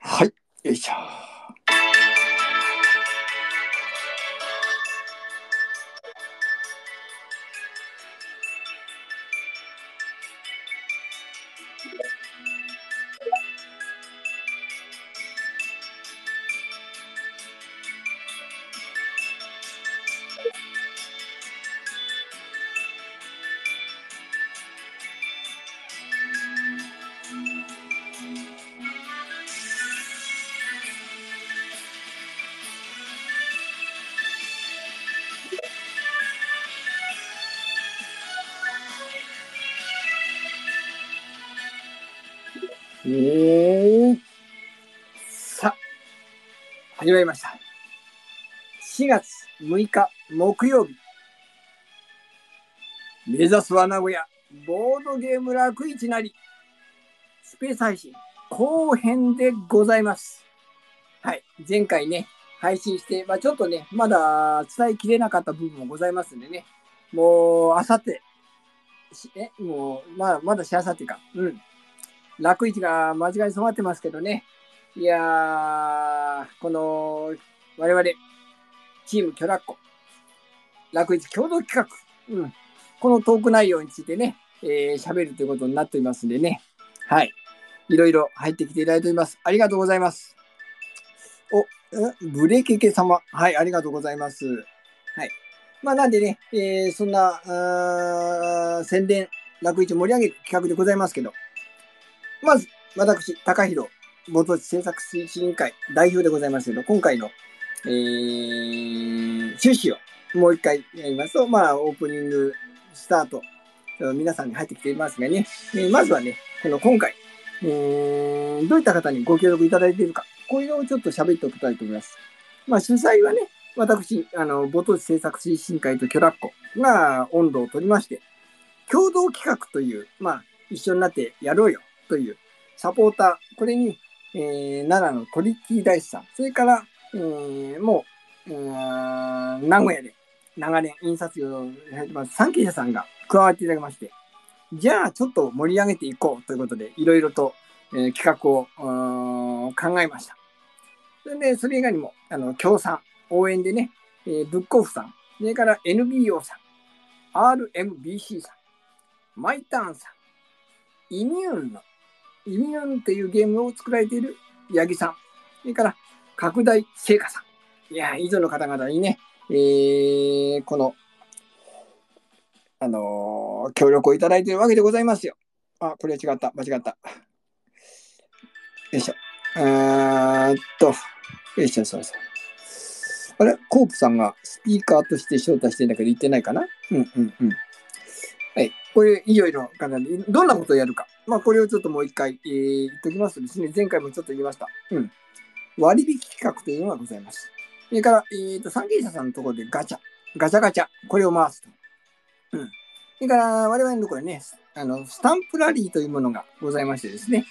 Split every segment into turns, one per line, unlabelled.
はい。よいしょ。えー、さあ、始まりました。4月6日木曜日。目指すは名古屋、ボードゲーム楽市なり、スペース配信後編でございます。はい、前回ね、配信して、まあちょっとね、まだ伝えきれなかった部分もございますんでね、もう、あさって、しえ、もう、まあまだしあさってか、うん。楽市が間近に染まってますけどね。いやー、この我々、チームキョラッコ、楽市共同企画、うん、このトーク内容についてね、えー喋るということになっておりますんでね。はい。いろいろ入ってきていただいております。ありがとうございます。お、えブレケケ様。はい、ありがとうございます。はい。まあ、なんでね、えーそんな、あー宣伝、楽市を盛り上げる企画でございますけど、まず、私、高弘、ご当地政策推進委員会代表でございますけど、今回の、えー趣旨をもう一回やりますと、まあ、オープニングスタート、えー皆さんに入ってきていますがね、えーまずはね、この今回、えーどういった方にご協力いただいているか、こういうのをちょっと喋っておきたいと思います。まあ、主催はね、私、あの、ご当地政策推進会とキョラッコが温度を取りまして、共同企画という、まあ、一緒になってやろうよというサポーター、これに、えー奈良のトリッキー大師さん、それから、えーもう、うーん名古屋で長年印刷業をやられてます、三景社さんが加わっていただきまして、じゃあちょっと盛り上げていこうということで、いろいろと、えー企画をうーん考えました。それで、それ以外にも、あの、協賛、応援でね、えーブックオフさん、それから NBO さん、RMBC さん、マイターンさん、イミューンの、イミューンっていうゲームを作られている八木さん、それから拡大聖火さん、いやー、以上の方々にね、えーこの、あのー協力をいただいているわけでございますよ。あ、これは違った、間違った。よいしょ。うーんと、よいしょ、そうそう。あれコープさんがスピーカーとして招待してんだけど、言ってないかなうんうんうん。はい、これいろいろ考えてどんなことをやるか、まあ、これをちょっともう一回、えー言っておきますとですね、前回もちょっと言いました。うん、割引企画というのがございます。それから、えー、と参議院者さんのところでガチャ、ガチャガチャ、これを回すと。うん、それから、我々のところにねあの、スタンプラリーというものがございましてですね、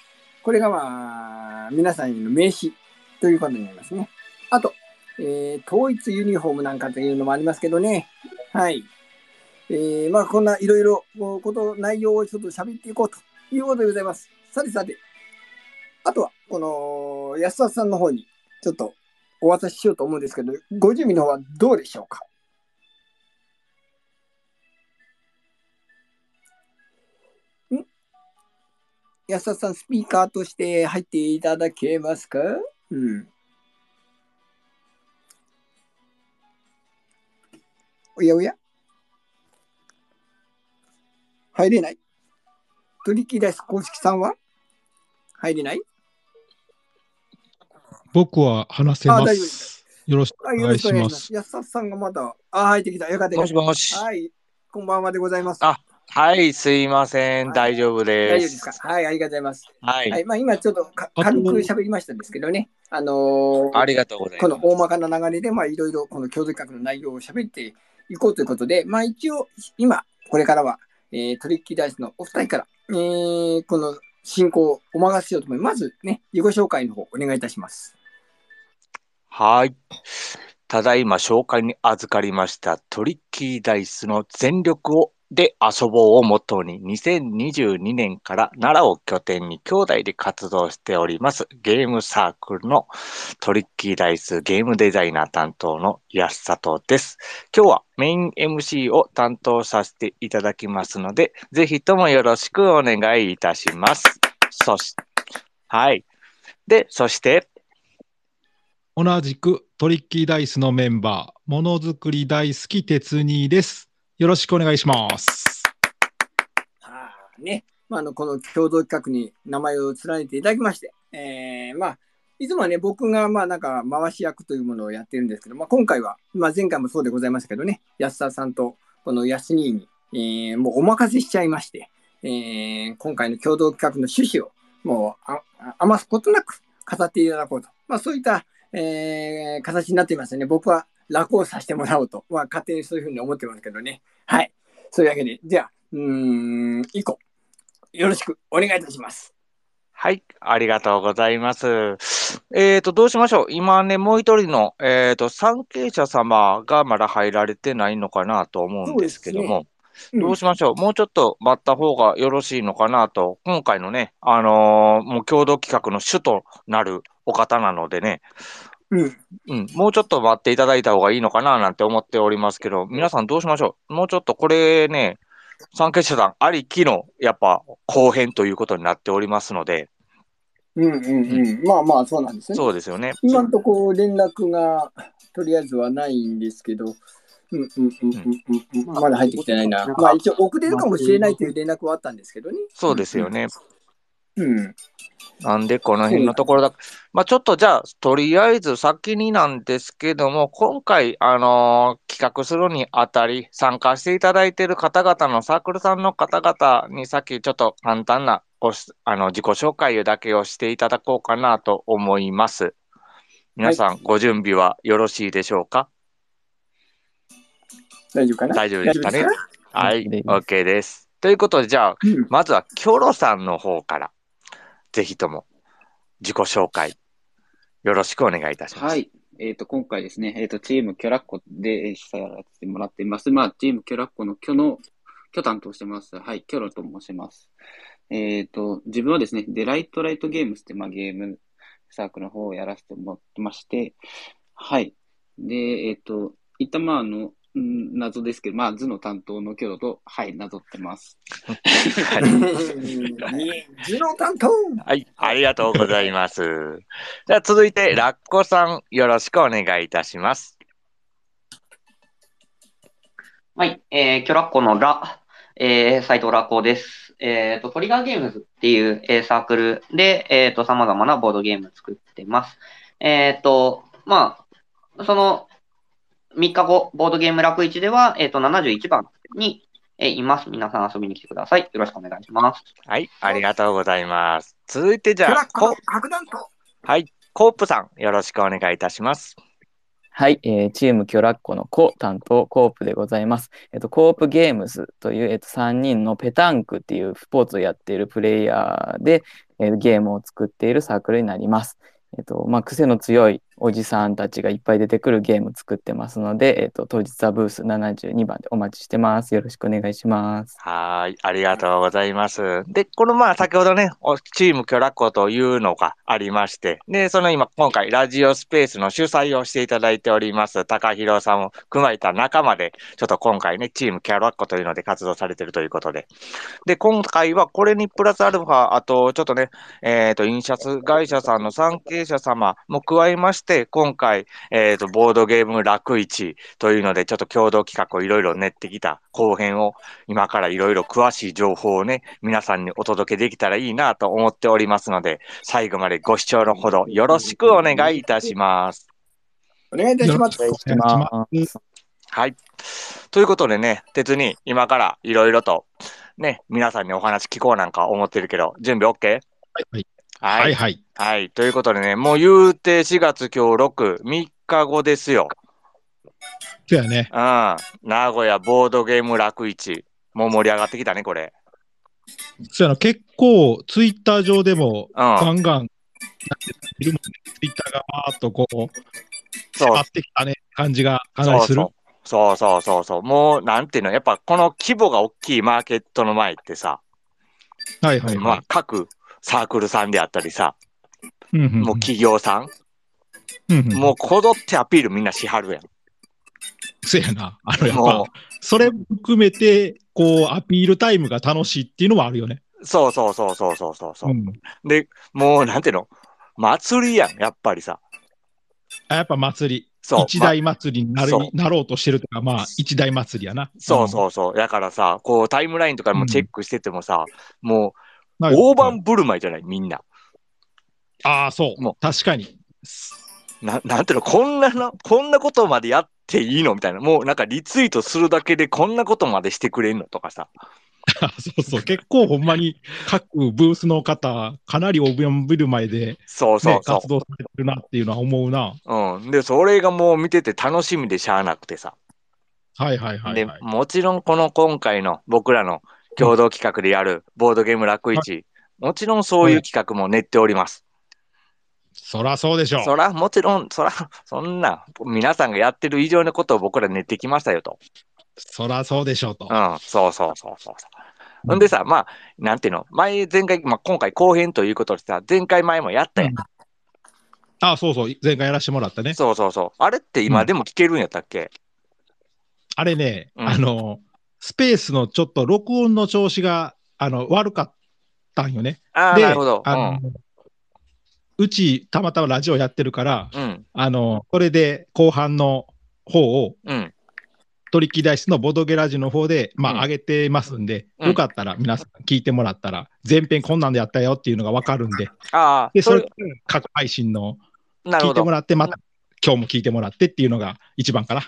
これがまあ、皆さんへの名刺ということになりますね。あと、えー統一ユニフォームなんかというのもありますけどね、はい。えーまあこんないろいろこうこと内容をちょっと喋っていこうということでございます。さてさて、あとはこの安田さんの方にちょっとお渡ししようと思うんですけど、ご準備の方はどうでしょうか。ん安田さん、スピーカーとして入っていただけますかうん。おやおや入れない取引です公式さんは入れない
僕は話せ
あ
ま。
大丈夫です
よろしく
あ
お
よ
願
ろ
い
しく
し
お願
ま
いします。
す。
安田さんがまだ、あ、入ってきた。よかったよか
も
っ。。
しもした
はい、こんばんはでございます。
あはい、すいませ
は
ん。
い
大丈夫
大丈夫
で。
ですすかはい、ありがとうございます。
は。
はいい、まあ今ちょっとか
あ
軽く喋りましたんですけどね、あのー
ありがとうござい
こ
ま
の大まかな流れで、まあ、いろいろこの共同企画の内容を喋っていこうということで、まあ、一応、今、これからは、えートリッキーダイスのお二人から、えーこの進行をお任せしようと思います。まずね、自己紹介の方、お願いいたします。
す。はい。ただいま紹介に預かりましたトリッキーダイスの全力をで遊ぼうをモットーに、2022年から奈良を拠点に兄弟で活動しております、ゲームサークルのトリッキーダイスゲームデザイナー担当の安里です。今日はメイン MC を担当させていただきますので、ぜひともよろしくお願いいたします。そし、はい。で、そして、
同じくトリッキーダイスのメンバー、ものづくり大好き鉄兄です。よろしくお願いします。
あーね、まあ、あのこの共同企画に名前を連ねていただきまして、えーまあ、いつもはね、僕がまあなんか回し役というものをやってるんですけど、まあ、今回は、まあ、前回もそうでございましたけどね、安田さんとこの安兄に、えーもうお任せしちゃいまして、えー今回の共同企画の趣旨をもうああ余すことなく語っていただこうと、まあ、そういった、えー形になっていますね、僕は楽をさせてもらおうと、まあ、勝手にそういうふうに思ってますけどね。はいそういうわけで、じゃあ、うーん、以降、よろしくお願いいたします。
はい、ありがとうございます。えっと、どうしましょう。今ね、もう一人の、えっと、参詣者様がまだ入られてないのかなと思うんですけども、どうしましょう。もうちょっと待った方がよろしいのかなと、今回のね、あのーもう共同企画の主となるお方なのでね、
うん、
うん、もうちょっと待っていただいた方がいいのかななんて思っておりますけど、皆さんどうしましょう。もうちょっとこれね、参詣者さんありきの、やっぱ、後編ということになっておりますので、
うん、うん、うん。まあまあ、そうなんですね。
そうですよね。
今のところ連絡がとりあえずはないんですけど、うん、うん、うん、うん、うん、まだ入ってきてないな。まあ一応遅れるかもしれないという連絡はあったんですけどね。
そうですよね。
うん、
なんで、この辺のところだ。まあ、ちょっとじゃあ、とりあえず先になんですけども、今回、あのー企画するにあたり、参加していただいている方々のサークルさんの方々に、さっきちょっと簡単なごしあの自己紹介だけをしていただこうかなと思います。皆さん、ご準備はよろしいでしょうか
大丈夫かな
大丈夫ですかね
大丈
はい、OK です。ということで、じゃあ、
うん
まずはキョロさんの方から、ぜひとも自己紹介、よろしくお願いいたします。
はい。えっ、と、今回ですね、えっ、と、チームキョラッコでえー主催やらせてもらっています。まあ、チームキョラッコのキョの、キョ担当してます。はい、キョロと申します。えっ、と、自分はですね、デライトライトゲームスって、まあ、ゲームサークルの方をやらせてもらってまして、はい。で、えっ、と、いったまあ、あの、ん謎ですけど、まあ、図の担当のキョロと、はい、なぞってます。
はい
夫。自動担当
はい、ありがとうございます。じゃあ続いて、ラッコさん、よろしくお願いいたします。
はい、えー、キョラッコのラ、えー、斉藤ラッコです。えっ、と、トリガーゲームズっていう、えーサークルで、えっ、と、様々なボードゲーム作ってます。えっ、と、まあ、その、3日後、ボードゲーム楽市では、えっ、と、71番に、えーいます。皆さん遊びに来てください。よろしくお願いします。
はい、ありがとうございます。続いて、じ
ト
ゃ
ラ
あ
ッ、クの
コ
核弾頭
はい、コープさん、よろしくお願いいたします。
はい、えーチームキョラッコのコ担当コープでございます。えっと、コープゲームズという、えっと、3人のペタンクっていうスポーツをやっているプレイヤーで、えーゲームを作っているサークルになります。えっと、まあ、癖の強いおじさんたちがいっぱい出てくるゲーム作ってますので、えっと、当日はブース72番でお待ちしてます。よろしくお願いします。
はーい、ありがとうございます。で、このまあ、先ほどね、おチームキョラッコというのがありまして、で、その今、今回、ラジオスペースの主催をしていただいております、高弘さんを組まれた仲間で、ちょっと今回ね、チームキョラッコというので活動されているということで。で、今回はこれにプラスアルファ、あと、ちょっとね、えっ、と、印刷会社さんの参詣者様も加えまして、今回、えっ、と、ボードゲーム楽市というので、ちょっと共同企画をいろいろ練ってきた後編を今からいろいろ詳しい情報をね、皆さんにお届けできたらいいなと思っておりますので、最後までご視聴のほどよろしくお願いいたします。
お願いいたします。
よろくお願いします。
はい。ということでね、鉄に今からいろいろとね、皆さんにお話聞こうなんか思ってるけど、準備 OK?
はい。
は
はい
い。
はい。
はい。ということでね、もう言うて4月今日6、3日後ですよ。
そうやね。
うん。名古屋ボードゲーム楽市。もう盛り上がってきたね、これ。
そうやな。結構、ツイッター上でも、
うん。
ガンガン、いるもんね。ツイッターがわーっとこう、
そう
あってきたね、感じがかなり
そう
する
そ。う。そうそうそうそう。もう、なんていうの、やっぱこの規模が大きいマーケットの前ってさ、
はいはい
ま
は
あ、各サークルさんであったりさ、
い。んん
もう企業さん、
うんうん
もうこぞってアピールみんなしはるやん。
そうやな。あの、やっぱ
も、
それも含めて、こう、アピールタイムが楽しいっていうのはあるよね。
う、そうそうそうそうそうそうそう、
ん。
で、もう、なんていうの、祭りやん、やっぱりさ。
あやっぱ祭り。
そう。
一大祭りになる
そう
なろうとしてるとか、まあ、一大祭りやな。
そうそうそう。だからさ、こうタイムラインとかもチェックしててもさ、も
うん。
う
はい
大盤振る舞いじゃない、みんな。
ああ、そう。
も
確かに。
ななんていうの、こんなの、こんなことまでやっていいのみたいな。もうなんかリツイートするだけでこんなことまでしてくれんのとかさ。
あそうそう。結構ほんまに各ブースの方、かなり大盤振る舞いで、
そうそ
ね
う、そう。
活動されてるなっていうのは思うな。
うん。で、それがもう見てて楽しみでしゃあなくてさ。
はいはいはい、はい
で、。もちろんこの今回の僕らの共同企画でやるボードゲーム楽市、もちろんそういう企画も練っております。
そらそうでしょう。
そら、もちろん、そら、そんな、皆さんがやってる以上のことを僕ら寝てきましたよと。
そらそうでしょうと。
うん、そうそうそうそうそう。ほんでさ、まあ、なんていうの、前、前回、まあ、今回後編ということでさ、前回前もやったやん。
あそうそう。前回やらせてもらったね。
そうそうそう。あれって今でも聞けるんやったっけ、
あれね、
うん
あの、スペースのちょっと録音の調子が、あの、悪かったんよね。
ああ、
で、
なるほど。う
あの、
ん。
うち、たまたまラジオやってるから、
うん。
あの、これで後半の方を、
うん。
トリッキーダイスのボドゲラジの方で、まあ
う、ん
上げてますんで、
うん
よかったら皆さん聞いてもらったら、前編こんなんでやったよっていうのがわかるんで、
ああ、
で、
そ
そ
れ
れ、、各配信の
なる
聞
ほ
いても
ど。
らって、また、今日も聞いてもらってっていうのが一番かな。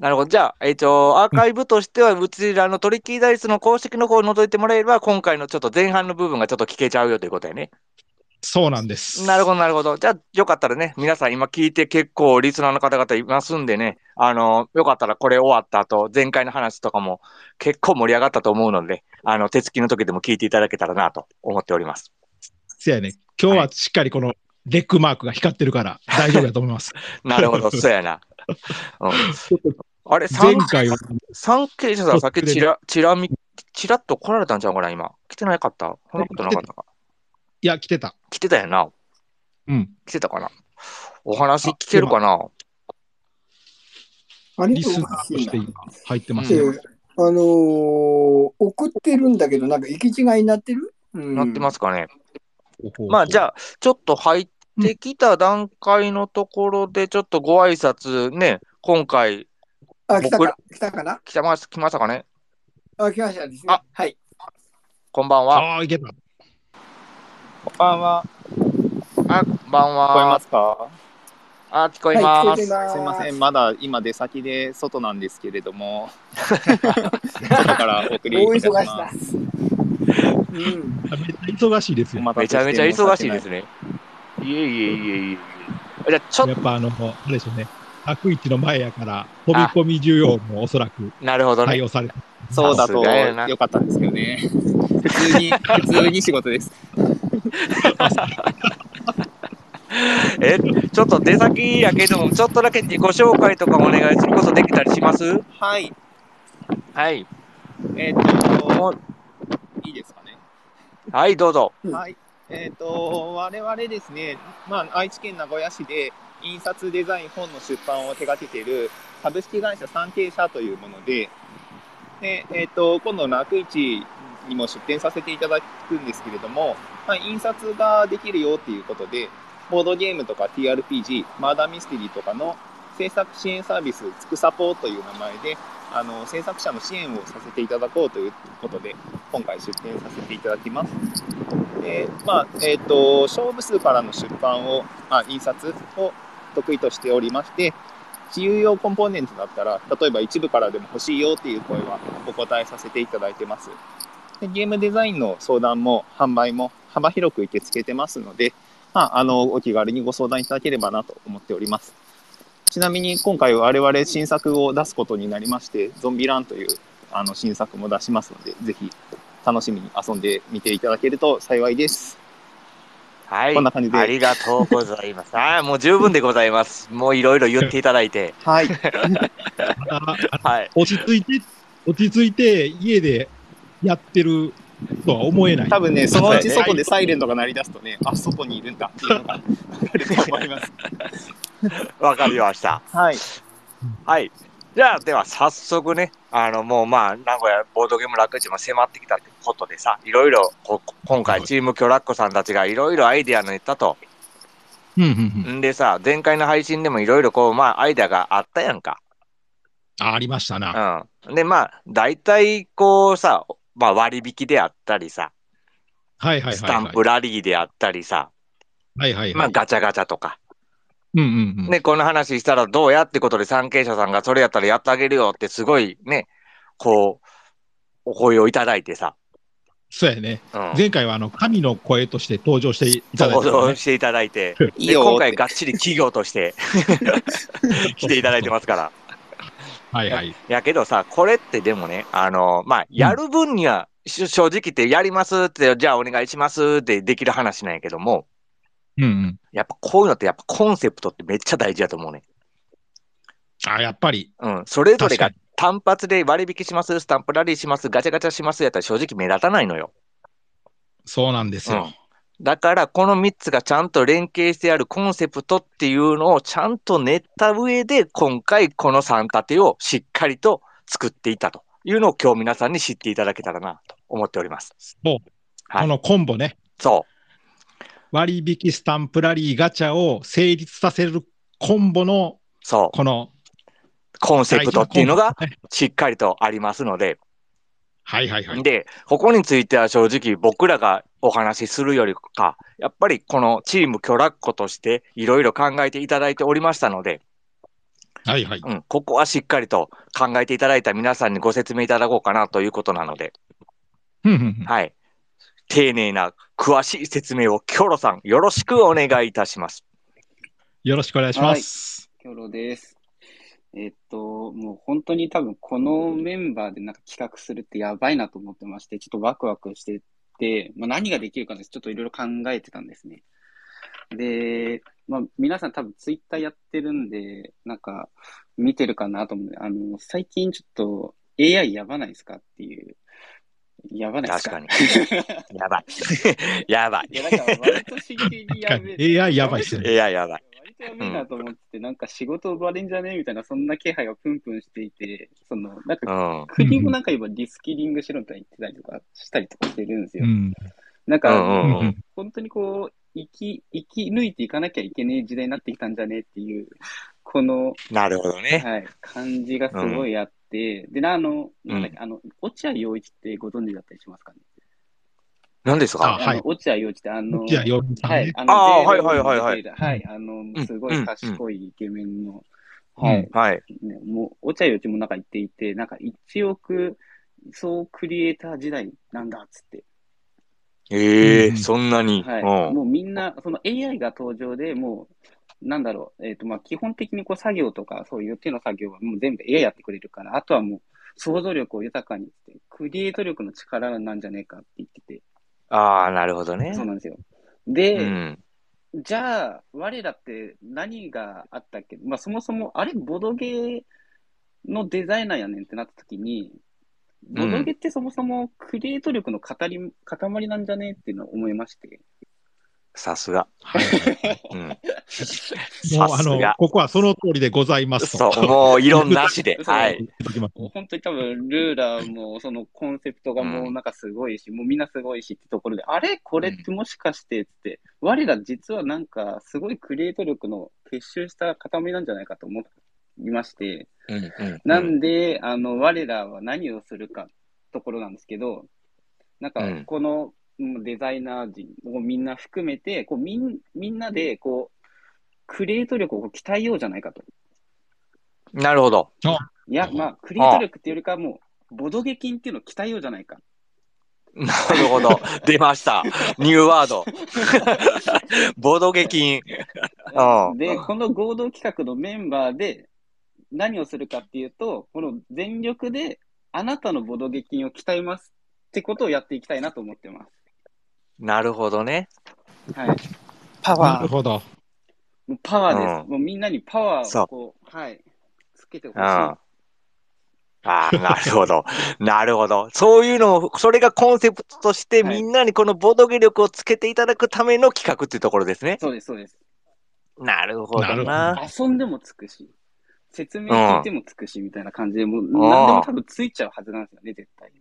なるほど。じゃあ、えっ、と、アーカイブとしては、うちらのトリッキーダイスの公式の方を覗いてもらえれば、今回のちょっと前半の部分がちょっと聞けちゃうよということやね。
そうなんです。
なるほ
ど。
ど、なるほど。じゃあ、よかったらね、皆さん今聞いて結構リスナーの方々いますんでね、あの、よかったらこれ終わった後、前回の話とかも結構盛り上がったと思うので、あの、手つきの時でも聞いていただけたらなと思っております。
せやね、今日はしっかりこのレックマークが光ってるから大丈夫だと思います。
なるほど、そうやな。うん、あれ、
前
三
回は、
三経営者さん、さっきちら、ちらみ、ちらっと来られたんちゃうかな、今。来てなかったそんなことなかったか。
いや、来てた。
来てたよな。
うん。
来てたかな。お話聞けるかな。
あ
リ
りが
ス
とうございます
ナーとして今、入ってますね。
うん
であのー送ってるんだけど、なんか行き違いになってる、うん、
なってますかね。ま
ま
あじゃあ、ちょっと入ってきた段階のところで、ちょっとご挨拶ね、今回
あ、来た
僕ら
か来たかな
来てます、来ましたかね
あ、来ましたですね。
あ
はい。
こんばん
あ、
は。
ああ、いけた。
こんばんは。
あ、こんばん
聞こえま
は。
すか
あ、聞こえ
は
ま
い、
す。
ます
いませ
ん。
ん。まだ今出先で外なんですけれど も。外からお送り
大忙
いた
し
し
だ
ま。
うん。
めっちゃ忙しいです
す。
よ
お。待
めちゃめちゃ
た
忙しい
て
で
申
すね。いえいえいえいえいえ。じゃあ、ちょ
や
っ
っぱあの、あれでしょうね。楽市の前やから、飛び込み需要もおそらく
と、なるほど
対
ね。
応されて、
訳ないそう
さ
だ
すがやな
とよかったんですけどね。普通に、普通に仕事です。
え、ちょっと出先やけども、ちょっとだけ自己紹介とかお願いすることできたりします
はい。
はい。
えっ、と、
もう
いいですかね。
はい、どうぞ。
うん
はい。えっ、と、我々ですね、まあ、愛知県名古屋市で印刷デザイン本の出版を手掛けている株式会社産経社というもので、でえっ、と、今度楽市にも出展させていただくんですけれども、まあ、印刷ができるよっていうことで、ボードゲームとか TRPG、マーダーミステリーとかの制作支援サービス、つくさぽという名前で、あの、制作者の支援をさせていただこうということで、今回出展させていただきます。えーまあえー、と勝負数からの出版を、まあ、印刷を得意としておりまして自由用コンポーネントだったら例えば一部からでも欲しいよっていう声はお答えさせていただいてますでゲームデザインの相談も販売も幅広く受け付けてますので、まあ、あのお気軽にご相談いただければなと思っておりますちなみに今回我々新作を出すことになりまして「ゾンビラン」というあの新作も出しますのでぜひ楽しみに遊んでみていただけると幸いです。
はい。
こんな感じで
ありがとうございます。ああ、もう十分でございます。もういろいろ言っていただいて。
はい。
また
はい。
落ち着いて、落ち着いて、家でやってるとは思えない。
多分ね、そのうち
はい
外でサイレントが鳴り出すとね、あ、外にいるんだっていうのが分かると思います。
わかりました。
はい。
はい。じゃあ、では早速ね、あの、もうまあ、名古屋ボードゲーム楽市も迫ってきたってことでさ、いろいろ、こ今回、チームキョラッコさんたちがいろいろアイディアの言ったと。
うんうんうん。
んでさ、前回の配信でもいろいろこう、まあ、アイデアがあったやんか。
あありましたな。
うん。で、まあ、大体、こうさ、まあ、割引であったりさ、
はいはいはいはい。
スタンプラリーであったりさ、
はいはいはい。
まあ、ガチャガチャとか。
うんうんうん。
ね、この話したらどうやってことで関係者さんがそれやったらやってあげるよって、すごいね、こう、お声をいただいてさ、
そうやね。
うん。
前回はあの、神の声として登場していただい
登
た、
場
ね。
していただ いて、
いい
で
よ
今
っ
回
て
がっちり企業として来ていただいてますから。
はいはい。
やけどさ、これってでもね、あの、まあ、やる分には、し正直言ってやりますって、じゃあお願いしますってできる話なんやけども、
うんうん。
やっぱこういうのってやっぱコンセプトってめっちゃ大事だと思うね。
あ、やっぱり。
うん。それぞ
確
れ
か
が
に。
単発で割引します、スタンプラリーします、ガチャガチャしますやったら正直目立たないのよ。
そうなんですよ。
だから、この3つがちゃんと連携してあるコンセプトっていうのをちゃんと練った上で、今回この3立てをしっかりと作っていたというのを今日皆さんに知っていただけたらなと思っております。
そう。
はい
このコンボね。
そ
割引スタンプラリーガチャを成立させるコンボの、
う、そう、
この、
コンセプトっていうの
大事
が
なコンボね
しっかりとありますので、
はいはいはい。
で、ここについては正直僕らがお話しするよりか、やっぱりこのチーム巨ラッコとしていろいろ考えていただいておりましたので、
はいはい。
うん、ここはしっかりと考えていただいた皆さんにご説明いただこうかなということなので、
うんうんうん
はい。丁寧な詳しい説明をキョロさんよろしくお願いいたします。
よろしくお願いします。
キョロです。えっと、もう本当に多分このメンバーでなんか企画するってやばいなと思ってまして、ちょっとワクワクしてて、まあ、何ができるかです。ちょっといろいろ考えてたんですね。で、まあ、皆さん多分ツイッターやってるんで、なんか見てるかなと思うんで、あの、最近ちょっと AI やばないですかっていう。やばないです
確
か
かに。 やばい。 やばい
い。や、だから割と真剣にやべ
確かに AI やばいっすね
いや、やばい。
割とやべえなと思ってて、なんか仕事奪われんじゃねえみたいな、そんな気配がプンプンしていて、その、なん
う
か、
ん。
国もなんか今リスキリングしろみたいに言ってたりとかしたりとかしてるんです
う
よ。
ん。
なんか、
うん
うんうん。
本当にこう、生き、生き抜いていかなきゃいけねえ時代になってきたんじゃねえっていう、この、
なるほどね。
はい、感じがすごいあって、で、なあの、なんだっけ、あの、落合陽一ってご存知だったりしますかね。
何です
あ
か
はい
あの落合陽一ってあの、
じゃあ、よみさん
はい
ね。、
あの、
あー
ベー
はい
ル
はいはいはい
ベールはい、あの、すご
うんう
い
ん
賢いイケメンの、
うん
はい、
はい。
ね、もう、落合うちもなんか言っていて、なんか1億総クリエイター時代なんだっつって、
え
う
え、
ん
そんなに。
はい、
うん
もうみんな、その AI が登場でもう、なんだろう、えっ、と、まあ、基本的にこう作業とか、そういう手の作業はもう全部 AI やってくれるから、あとはもう、想像力を豊かにって、クリエイト力の力なんじゃねえかって言って
ああ、なるほどね
て、。そうなんですよ。で、
うん。
じゃあ、我らって何があったっけまあ、そもそも、あれ、ボドゲーのデザイナーやねんってなった時に、ボドゲってそもそもクリエイト力の語り、塊なんじゃねっていうのを思いまして。
さすが。
はいはい
うん。
も
さ
う、あ
す
の
が、。
ここはその通りでございますと。
そう、もう、いろんなしで。 はい。
本当に多分、ルーラーも、そのコンセプトがもうなんかすごいし、もうみんなすごいしってところで、あれこれってもしかしてっつって、我ら実はなんか、すごいクリエイト力の結集した塊なんじゃないかと思いまして、
うんうん
なんで、あの、我らは何をするかところなんですけど、なんか
うん、
このうんデザイナー陣をみんな含めて、こうみんみんなで、こう、クリエイト力をこう鍛えようじゃないかと。
なるほど。
いや、まあ、クリエイト力っていうよりかはもう、ボドゲ金っていうのを鍛えようじゃないか。
なるほ ど。出ました。ニューワー ド。ボドゲ金。ああ
で、この合同企画のメンバーで何をするかっていうと、この全力であなたのボドゲ金を鍛えますってことをやっていきたいなと思ってます。
なるほどね。
はい。
パ
な
ワ
る
ー。
ほど。
もうパワーです。
うん
もうみんなにパワー
そ
を
う
こう、はい、つけてほしい。
うん。ああ、なるほど。なるほど。そういうのを、それがコンセプトとして、
は
み
い
んなにこのボドゲ力をつけていただくための企画っていうところですね。
そうです、そうです。
なるほど
な
な。
遊んでもつくし、説明聞いてもつくし、みたいな感じで、もう何でも多分ついちゃうはずなんですよね、絶対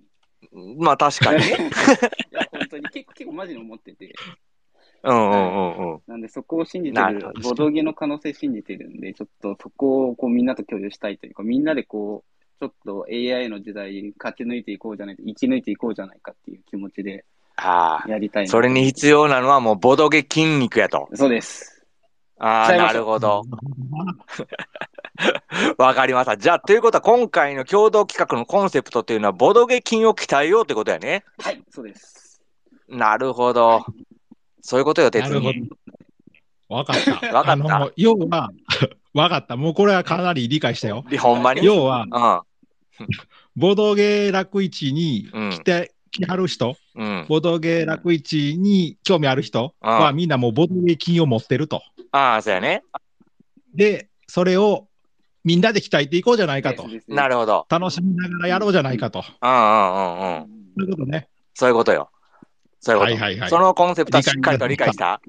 に。
まあ確かにね。
いや、本当に結構、結構マジで思ってて。
うんうんうんうん。
なんで、そこを信じて
な
る
るほ、ど
ボドゲの可能性信じてるんで、ちょっとそこをこうみんなと共有したいというか、みんなでこう、ちょっと AI の時代、勝ち抜いていこうじゃないか、生き抜いていこうじゃないかっていう気持ちで
あ
やりたい
あ。
な
それに必要なのはもうボドゲ筋肉やと。
そうです。
あ
ちゃ
あ、
いま
な
した
るほど。 わかりました。じゃあ、ということは今回の共同企画のコンセプトというのは、ボドゲ筋を鍛えようということやね。
はい、そうです。
なるほど。そういうことよ、
な
鉄
るほ
に。
ど。わかった。
わかった
あの要は、 わかった。もうこれはかなり理解したよ。
でほんまに
要は、
う
ボドゲ楽市に
ん。
来て、来はる人、
うん。うん。
ボドゲ楽市に興味ある人は、
う
みんなもうボドゲ金を持ってると。
ああ、そうやね。
で、それをみんなで鍛えていこうじゃないかと。
な
る
るほど。
楽しみながらやろうじゃないかと。
うんうんうんうん。
そういうことね。
そういうことよ。そういうこと。
はいはいはい
そのコンセプトはしっかりと理解した。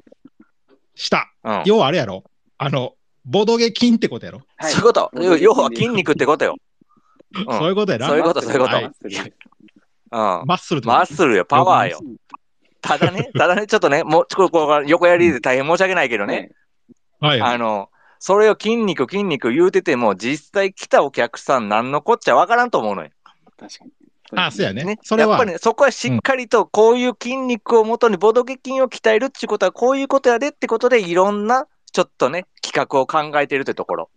した。
うん。
要はあれやろあの、ボドゲ金ってことやろ、
はい
そういうこと。要要は筋肉ってことよ。うん。
そういうことやな。
そういうことそういうこと
はい
うん。
マッスルと
マ
か
ッスルよ、パワーよ。ただね、 ただね、ちょっとね、もう、ちょっとこう横やりで大変申し訳ないけどね。
はいはい
あの、それを筋肉、筋肉言うてても、実際来たお客さん、なんのこっちゃわからんと思うのよ。
確かに。
あ、そうやね。
ね。
それ
やっぱ
は、
りね、そこはしっかりと、こういう筋肉をもとに、ボドゲ筋を鍛えるっていうことは、こういうことやでってことで、いろんな、ちょっとね、企画を考えてるってところ。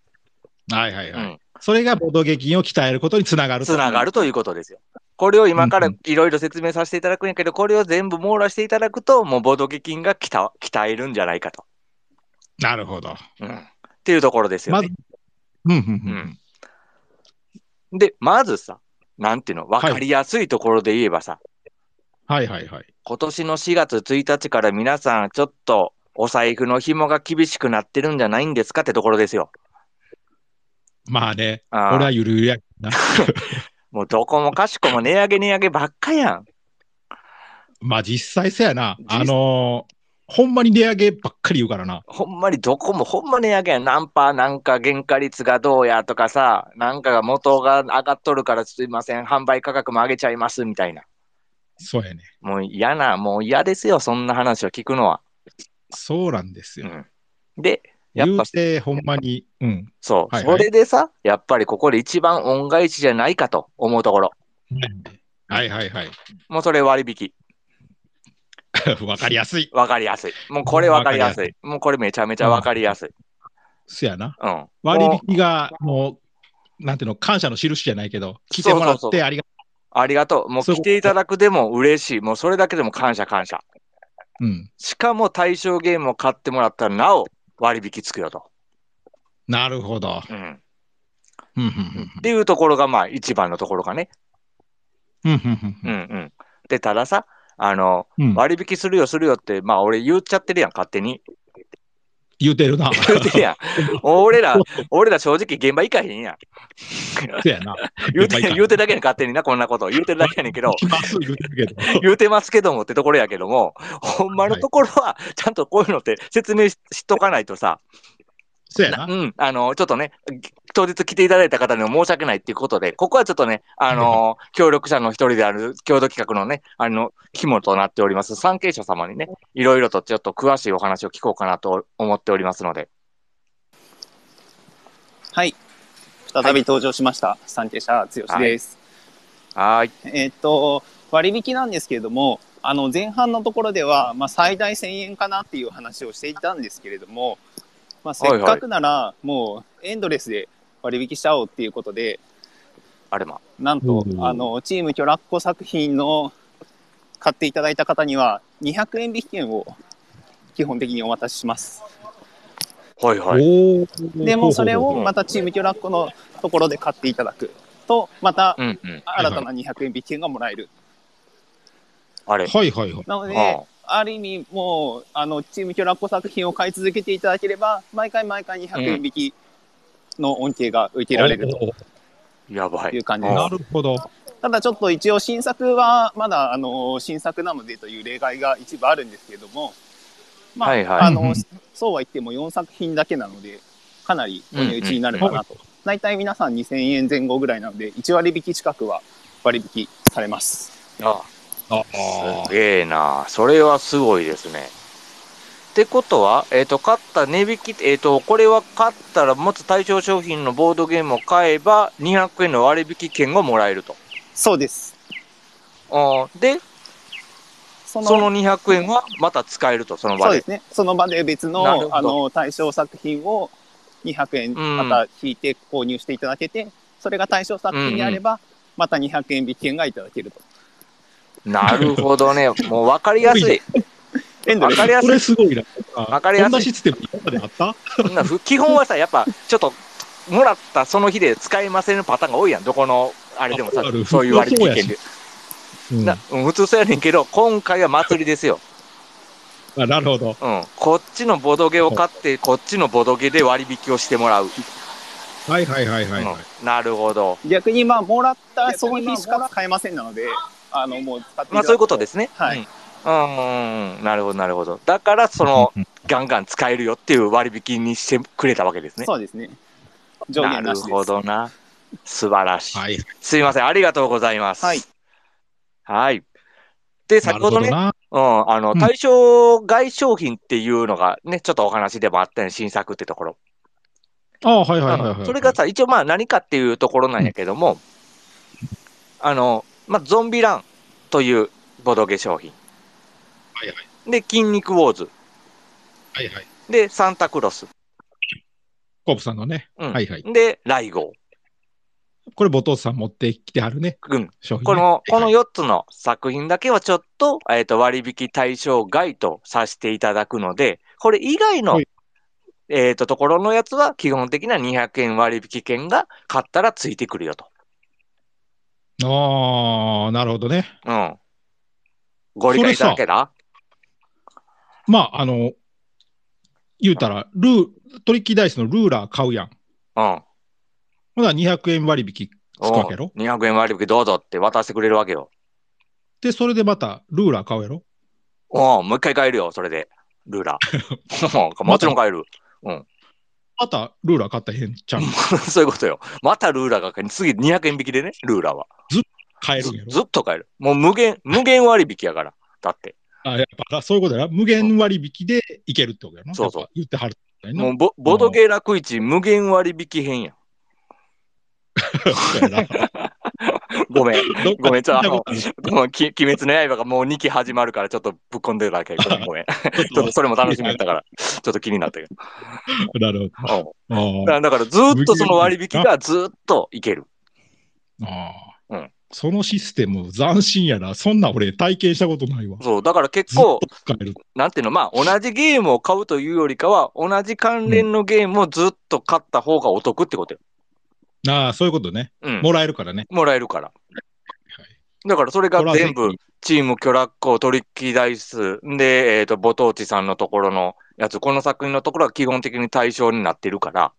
はいはいはい。
うん
それがボドゲ金を鍛えることにつながると
つながるということですよ。これを今から
うん
いろいろ説明させていただくんやけど、これを全部網羅していただくと、もうボドゲ筋が鍛わ鍛えるんじゃないかと。
なるほど。
うん。っていうところですよ
ま
ね
ず。、うんうんう
うんん。で、まずさ、なんていうの、わかりやすいところで言えばさ、
はいはいはい。
今年の4月1日から皆さん、ちょっとお財布の紐が厳しくなってるんじゃないんですかってところですよ。
まあね、
あ
俺は
あ
ゆるゆるやけどな。
もうどこもかしこも値上げ値上げばっかやん。
まあ実際そうやな。
実
あのーほんまに値上げばっかり言うからな。
ほんまにどこもほんま値上げやん。何パーなんか原価率がどうやとかさ、なんかが元が上がっとるからすいません、販売価格も上げちゃいますみたいな。
そうやね。
もう嫌な、もう嫌ですよ、そんな話を聞くのは。
そうなんですよ。
うん、で、やっ
言
ぱ
うて、ほんまに、うん。
そう、
はいはい
それでさ、やっぱりここで一番恩返しじゃないかと思うところ。
はいはいはい。
もうそれ割引。
わかりやすい。
わかりやすい。もうこれわかりやす
わかり
い。もうこれめちゃめちゃわかりやすい。
そうやな。
うん。
割
もう
引が、もう、なんていうの、感謝の印じゃないけど、来てもらっ
そうそうそ
てありが
ありがとう。もう
そういうこ
来
と
ていただくでも嬉しい。もうそれだけでも感謝感謝。
とう。うん。
しかも対象ゲームを買ってもらったらなお割引つくよと。
なるほど。
うん。
うんうん
っていうところがまあ一番のところかね。
うんうんうん
うんうん。で、たださ、あの、
うんうん
割引するよするよって、まあ俺言っちゃってるやん、勝手に。
言うてる な。
言ってるやん。俺ら、俺ら正直現場行かへんやん。
そうやな。
言う
現場
て、
行かへん
言うてるだけやん、勝手にな、こんなこと。言うてるだけやねんけ ど、
来ます言うてるけど。
言うてますけどもってところやけども、ほんまのところは、ちゃんとこういうのって説明ししとかないとさ、
そうやな。
うん、あの、ちょっとね、当日来ていただいた方には申し訳ないっていうことで、ここはちょっとね、あの、協力者の一人である、共同企画のね、あの、肝となっております、参詣者様にね、いろいろとちょっと詳しいお話を聞こうかなと思っておりますので。
はい。再び登場しました。産経者、剛です。
はーい。
えっと、割引なんですけれども、あの、前半のところでは、まあ、最大1000円かなっていう話をしていたんですけれども、まあ、せっかくなら、もう、エンドレスで割引しちゃおうっていうことで、
あれま。
なんと
う、ん
あの、チームキョラッコ作品の買っていただいた方には、200円引き券を基本的にお渡しします。
はいはい。
お
でも、それを
うん
またチームキョラッコのところで買っていただくと、また
うんうん。
新たな200円引き券がもらえる。
あれ。
はいはいはい。
なので、
あ
ある意味、もう、あの、チームキョラッコ作品を買い続けていただければ、毎回毎回200円引きの恩恵が受けられる
おー
やば
と
い。
いう感じです
なるほど。
ただちょっと一応新作はまだあの新作なのでという例外が一部あるんですけれども、まあ、
はいはい
あ
うんう
の
ん
そうは言っても4作品だけなので、かなりお値打ちになる
は
か
い
なと。大体皆さん2000円前後ぐらいなので、1割引き近くは割引されます。
あ
あ
あ
あ
すげえな。それはすごいですね。ってことは、えっ、と、買った値引き、えっ、と、これは買ったら持つ対象商品のボードゲームを買えば、200円の割引券をもらえると。
そうです。
あーで、
そ
その200円はまた使えると、その場
そう
で
で。すね。その場で別
なるほど
のあの対象作品を200円また引いて購入していただけて、それが対象作品であれば、また200円引き券がいただけると。
なるほどね。もう分かりやすい。
エンド
分
レス
かりや
こ
す
れ
い。
すごいな。
わかりやす
こ
い
んなシステム今まであった
そんなふ基本はさ、やっぱ、ちょっと、もらったその日で使いませんのパターンが多いやん。どこの、あれでもさ
あある、
そういう割引券で。
うん
なうん普通そうやねんけど、今回は祭りですよ。
あなるほど。
うん、こっちのボドゲを買って、こっちのボドゲで割引をしてもらう。
はいはいはいはいはい。
うんなるほど。
逆にまあもらったその日しか買えませんなので、あのもう使って。
まあそういうことですすね。
はい
うん。うん、うんなるほど、なるほど。だから、その、ガンガン使えるよっていう割引にしてくれたわけですね。
そうですね。上
な
限
る
なしです。
ほどな。素晴らしい。
はい。
すいません、ありがとうございます。
はい。
はい。で、
な
先
る
ほ
ほ
ど
ど
ね、
な。
うん、あの、
うん
対象外商品っていうのがね、ちょっとお話でもあったね、新作ってところ。
ああ、はいはいはいはい
うん
はい。
それがさ、一応まあ何かっていうところなんやけども、あの、まあ、ゾンビランというボドゲ商品。
はいはい
で、筋肉ウォーズ。
はいはい。
で、サンタクロス。
コープさんのね。
うん
はいはい。
で、ライゴ
これ、ボトスさん持ってきてはるね。
ー。うん。
商品ね。
この、この
はい
4つの作品だけはちょっと、えっ、と、割引対象外とさせていただくので、これ以外の、
はい
えっ、と、ところのやつは、基本的な200円割引券が買ったらついてくるよと。
ああ、なるほどね。
うん。ご理解いただけた
まあ、あの、言うたら、ルー、トリッキーダイスのルーラー買うやん。
うん。
ほな、200円割引つくわけやろ
うん ?200 円割引どうぞって渡してくれるわけよ。
で、それでまた、ルーラー買うやろ
うん、もう一回買えるよ、それで。ルーラ ー。うんもちろん買える。
また、ルーラー買ったらへんちゃん。
そういうことよ。またルーラーが買える。次200円引きでね、ルーラーは。
買え
ず
るんやろ
ずっと買える。もう無限、無限割引やから。だって。
あ、やっぱ、そういうことやな。無限割引でいけるってことやな。
そうそう
やっぱ言ってはるみたいな。
もうボボドゲー楽市無限割引編や。
そうやな
ごめん。
どっ
ごめんちょっとあの
聞いたことあるち
もうき鬼滅の刃がもう2期始まるからちょっとぶっ込んでるだけ。ごめん、ごめん。ちょっ
ょ
と
っ
それも楽しみだったから、ちょっと気になったけど。
となるほ
うん
ど。あ
だだからずっとその割引がずっといける。
ーあー、
うん
そのシステム、斬新やな。そんな俺、体験したことないわ。
そう、だから結
ずっ
構
と、使える。
なんていうの、まあ、同じゲームを買うというよりかは、同じ関連のゲームをずっと買った方がお得ってことよ。
ああ、そういうことね。
うん。
もらえるからね。
もらえるから。だからそれが全部、チーム巨楽校、トリッキーダイス、で、えっ、と、ボトーチさんのところのやつ、この作品のところは基本的に対象になってるから、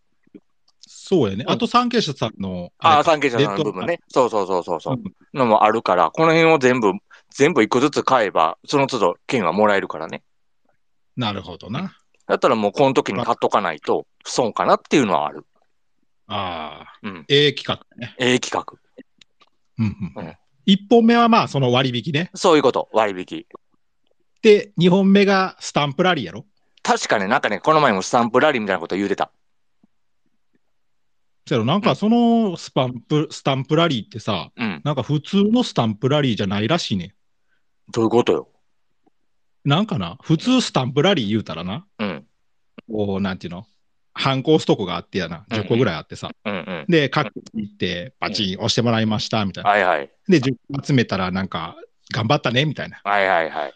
そうやね。
うん
あと、産経者さんの。
ああ、
れか
関係者さんの部分ね。そうそうそうそうそうう。
ん
のもあるから、この辺を全部、全部一個ずつ買えば、その都度券はもらえるからね。
なるほどな。
だったらもうこの時に買っとかないと損かなっていうのはある。
ああ、
うん。
ええ企画ね。
ええ企画。
うんうん
うん
1本目はまあ、その割引ね。
そういうこと、割引。
で、2本目がスタンプラリーやろ。
確かね、なんかね、この前もスタンプラリーみたいなこと言うてた。
そやろなんか、そのスパンプ、スタンプラリーってさ、
うん。
なんか普通のスタンプラリーじゃないらしいね。
どういうことよ。
なんかな、普通スタンプラリー言うたらな、
うん。
こう、なんていうの、反抗すとこがあってやな、10個ぐらいあってさ、
うんうん。
で、各地行って、パチン押してもらいました、みたいな。
はいはい。
で、10個集めたら、なんか、頑張ったね、みたいな。
はいはいはい。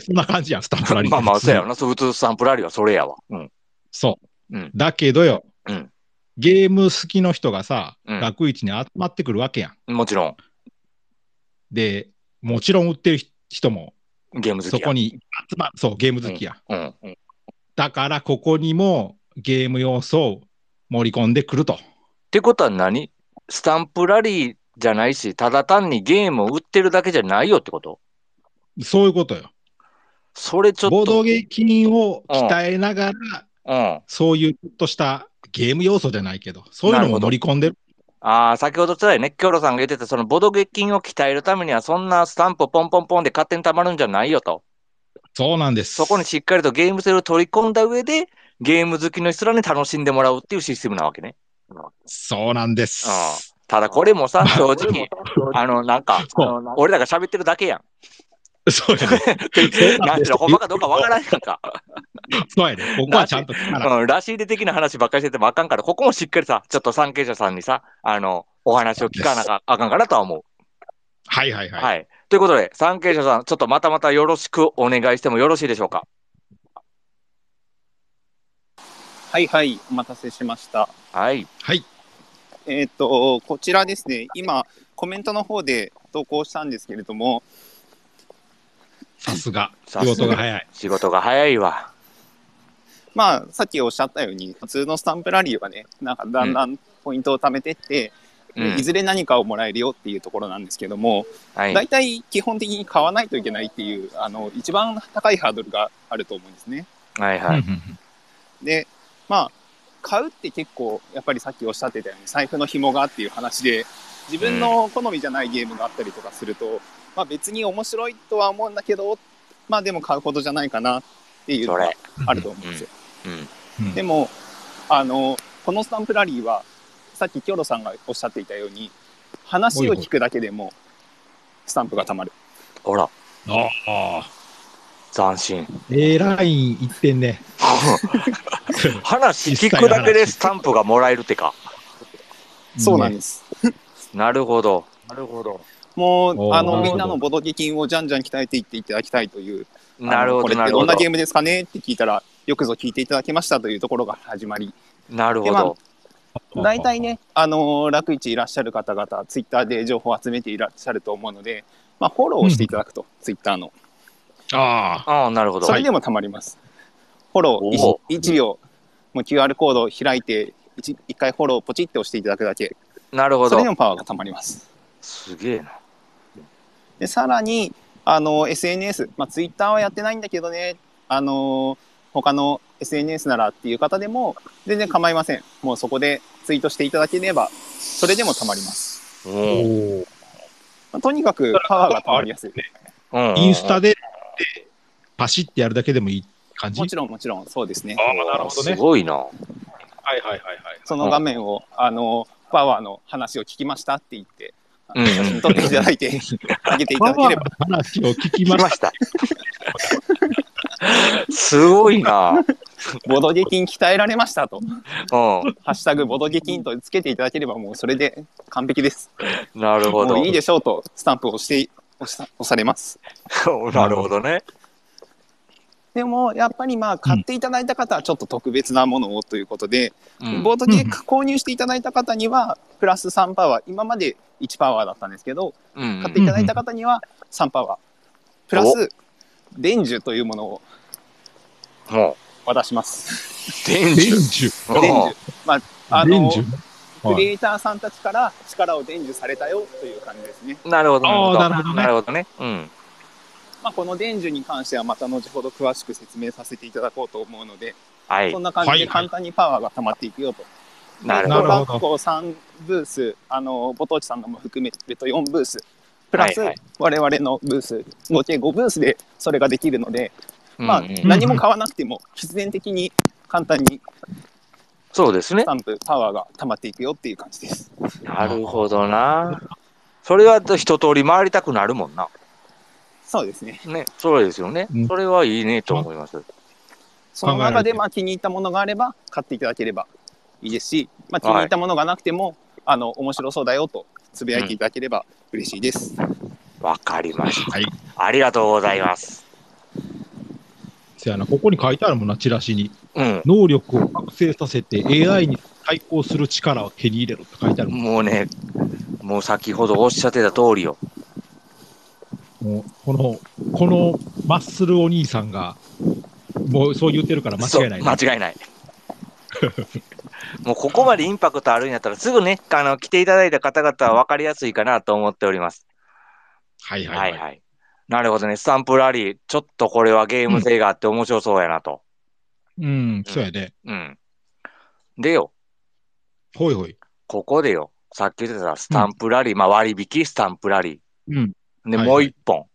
そんな感じやん、スタンプラリー。
まあまあ、そうやろな。そう普通スタンプラリーはそれやわ。うん。
そう。
うん
だけどよ、
うん
ゲーム好きの人がさ、
うん
楽市に集まってくるわけやん。
もちろん。
で、もちろん売ってる人も
ゲーム好き
そ
や。
こに、集まそう、ゲーム好きや。
うん。うん。
だから、ここにもゲーム要素を盛り込んでくると。
ってことは何スタンプラリーじゃないし、ただ単にゲームを売ってるだけじゃないよってこと
そういうことよ。
それちょっと。
ボードゲー金を鍛えながら、
うん。
そういうちょっとしたゲーム要素じゃないけど、そういうのも盛り込んでる。
ああ、先ほどつらいね、京ロさんが言ってた、そのボドゲ金を鍛えるためには、そんなスタンプポンポンポンで勝手に貯まるんじゃないよと。
そうなんです。
そこにしっかりとゲーム性を取り込んだ上で、ゲーム好きの人らに楽しんでもらうっていうシステムなわけね。
そうなんです。
ただこれもさ、正直、
あ
あの、なんか、
そう
あの俺らが喋ってるだけやん。
そうやね。
なんていうの、ほんまかどうかわからんやんか。
そうやね。ここはちゃんと聞かな
うん、らし入れ的な話ばっかりしててもあかんから、ここもしっかりさ、ちょっと参加者さんにさ、あの、お話を聞かなきゃあかんかなとは思う。
はいはいはい。
はい。ということで、参詣者さん、ちょっとまたまたよろしくお願いしてもよろしいでしょうか。
はいはい、お待たせしました。
はい。
はい。
えっ、と、こちらですね、今、コメントの方で投稿したんですけれども、
さすが。
さ
仕
すが
事が早い。
仕事が早いわ。
まあ、さっきおっしゃったように、普通のスタンプラリーはね、なんかだんだんポイントを貯めてって、
う
で
ん
い。ずれ何かをもらえるよっていうところなんですけども、
はい。
大体基本的に買わないといけないっていう、あの、一番高いハードルがあると思うんですね。
はいは
うん
い。
うんうん
で、まあ、買うって結構、やっぱりさっきおっしゃってたように、財布の紐がっていう話で、自分の好みじゃないゲームがあったりとかすると、まあ別に面白いとは思うんだけど、まあでも買うほどじゃないかなっていうの
そ
が
れ。
あると思うんですよ。
うん。
うん
でも、あの、このスタンプラリーは、さっきキョロさんがおっしゃっていたように、話を聞くだけでも、スタンプが貯まる。
ほら、
ああ。
斬新。
A ライン行ってんね。
話聞くだけでスタンプがもらえるってか。
そうなんです。
なるほど。なるほど。
もう、
おーな
あ
る
の、
ほど
みんなのボドゲ金をじゃんじゃん鍛えていっていただきたいという、あの
なるほ
これ
ど、
っ
な
て
る
ど
ほ
んな
ど。
ゲームですかねって聞いたら、よくぞ聞いていただきましたというところが始まり、
なるほ
でま
ど。
大体ね、あの、楽市いらっしゃる方々、ツイッターで情報を集めていらっしゃると思うので、まあ、フォローをしていただくと、ツイッターの。
ああ。
ああ、なるほど
そ。れでもたまります。フォロー
おお
1, 秒、もう QR コードを開いて1、一回フォローをポチって押していただくだけ、
なるほ
それで
ど。
もパワーがたまります。
すげえな。
で、さらに、あの、SNS、まあ、Twitter はやってないんだけどね、あの、他の SNS ならっていう方でも、全然構いません。もうそこでツイートしていただければ、それでもたまります。
うん。
まあとにかくパワーがたまりやすい。
うん
インスタで、パシってやるだけでもいい感じ
もちろんもちろん、そうですね。
ああ、なるほど
す
ね。
ごいな。
はいはいはいはい。
その画面を、あの、パワーの話を聞きましたって言って、あの
うん
写真撮っていただいて、あげていただければ。
話を聞き
来
ま
ま
し
した。すごいな。
ボドゲキン鍛えられましたと、
う
ハッシュタグボドゲキンとつけていただければ、もうそれで完璧です。
ん。なるほ
も
ど
うい。いでしょうと、スタンプを押して、押した押されます。
なるほどね。
でも、やっぱりまあ、買っていただいた方はちょっと特別なものをということで、
うん
ボードゲー購入していただいた方には、プラス3パワー、今まで1パワーだったんですけど、
うん
買っていただいた方には3パワー、プラス、電珠というものを
も
渡します。
う、電
た。
柱。
伝
うん
電珠。まあ、あの、
授。伝
ク
授。
リエイターさんたちから力を伝授されたよという感じですね。
なるほど。
あー
なるほど。
な
なるほどね。うん。
まあ、この伝授に関してはまた後ほど詳しく説明させていただこうと思うので、
はい
そん。な感
は
じ
い
で簡単にパワーが溜まっていくよと。
なる
ほど
で小学校3ブース、あの、ぼとちさんのも含めると4ブース、プラス
はいはい
我々のブース、合計5ブースでそれができるので、まあ、
うんうん
何も買わなくても必然的に簡単に
そうですね
ス。タンプ、パワーが溜まっていくよっていう感じです。
なるほどな。それは一通り回りたくなるもんな。
そうですね。
ね。そうですよね
うん。
それはいいねと思います。
その
考えら
中
れて
で
る
まあ気に入ったものがあれば買っていただければいいですし、まあ、気に入ったものがなくても、あの面白そうだよとつぶやいていただければ嬉しいです。
わかりました。
はい。
ありがとうございます。
せやな、ここに書いてあるもんな、チラシに。
うん。
能力を覚醒させて AI に対抗する力を手に入れろって書いてあるもん。
もうね、もう先ほどおっしゃってた通りよ。
もうこの、このマッスルお兄さんが、もうそう言ってるから間違いない、
そう間違い ない。もうここまでインパクトあるんやったら、すぐね、あの、来ていただいた方々は分かりやすいかなと思っております。
はいはい
は
はいい。
はい。なるほどね。スタンプラリー、ちょっとこれはゲーム性があって面白そうやなと。
うん、そうやね。
うん。でよ、
ほいほい。
ここでよ、さっき言ってたスタンプラリー、まあ割引スタンプラリ
うん。
ー。で、
はいはい
もう一本。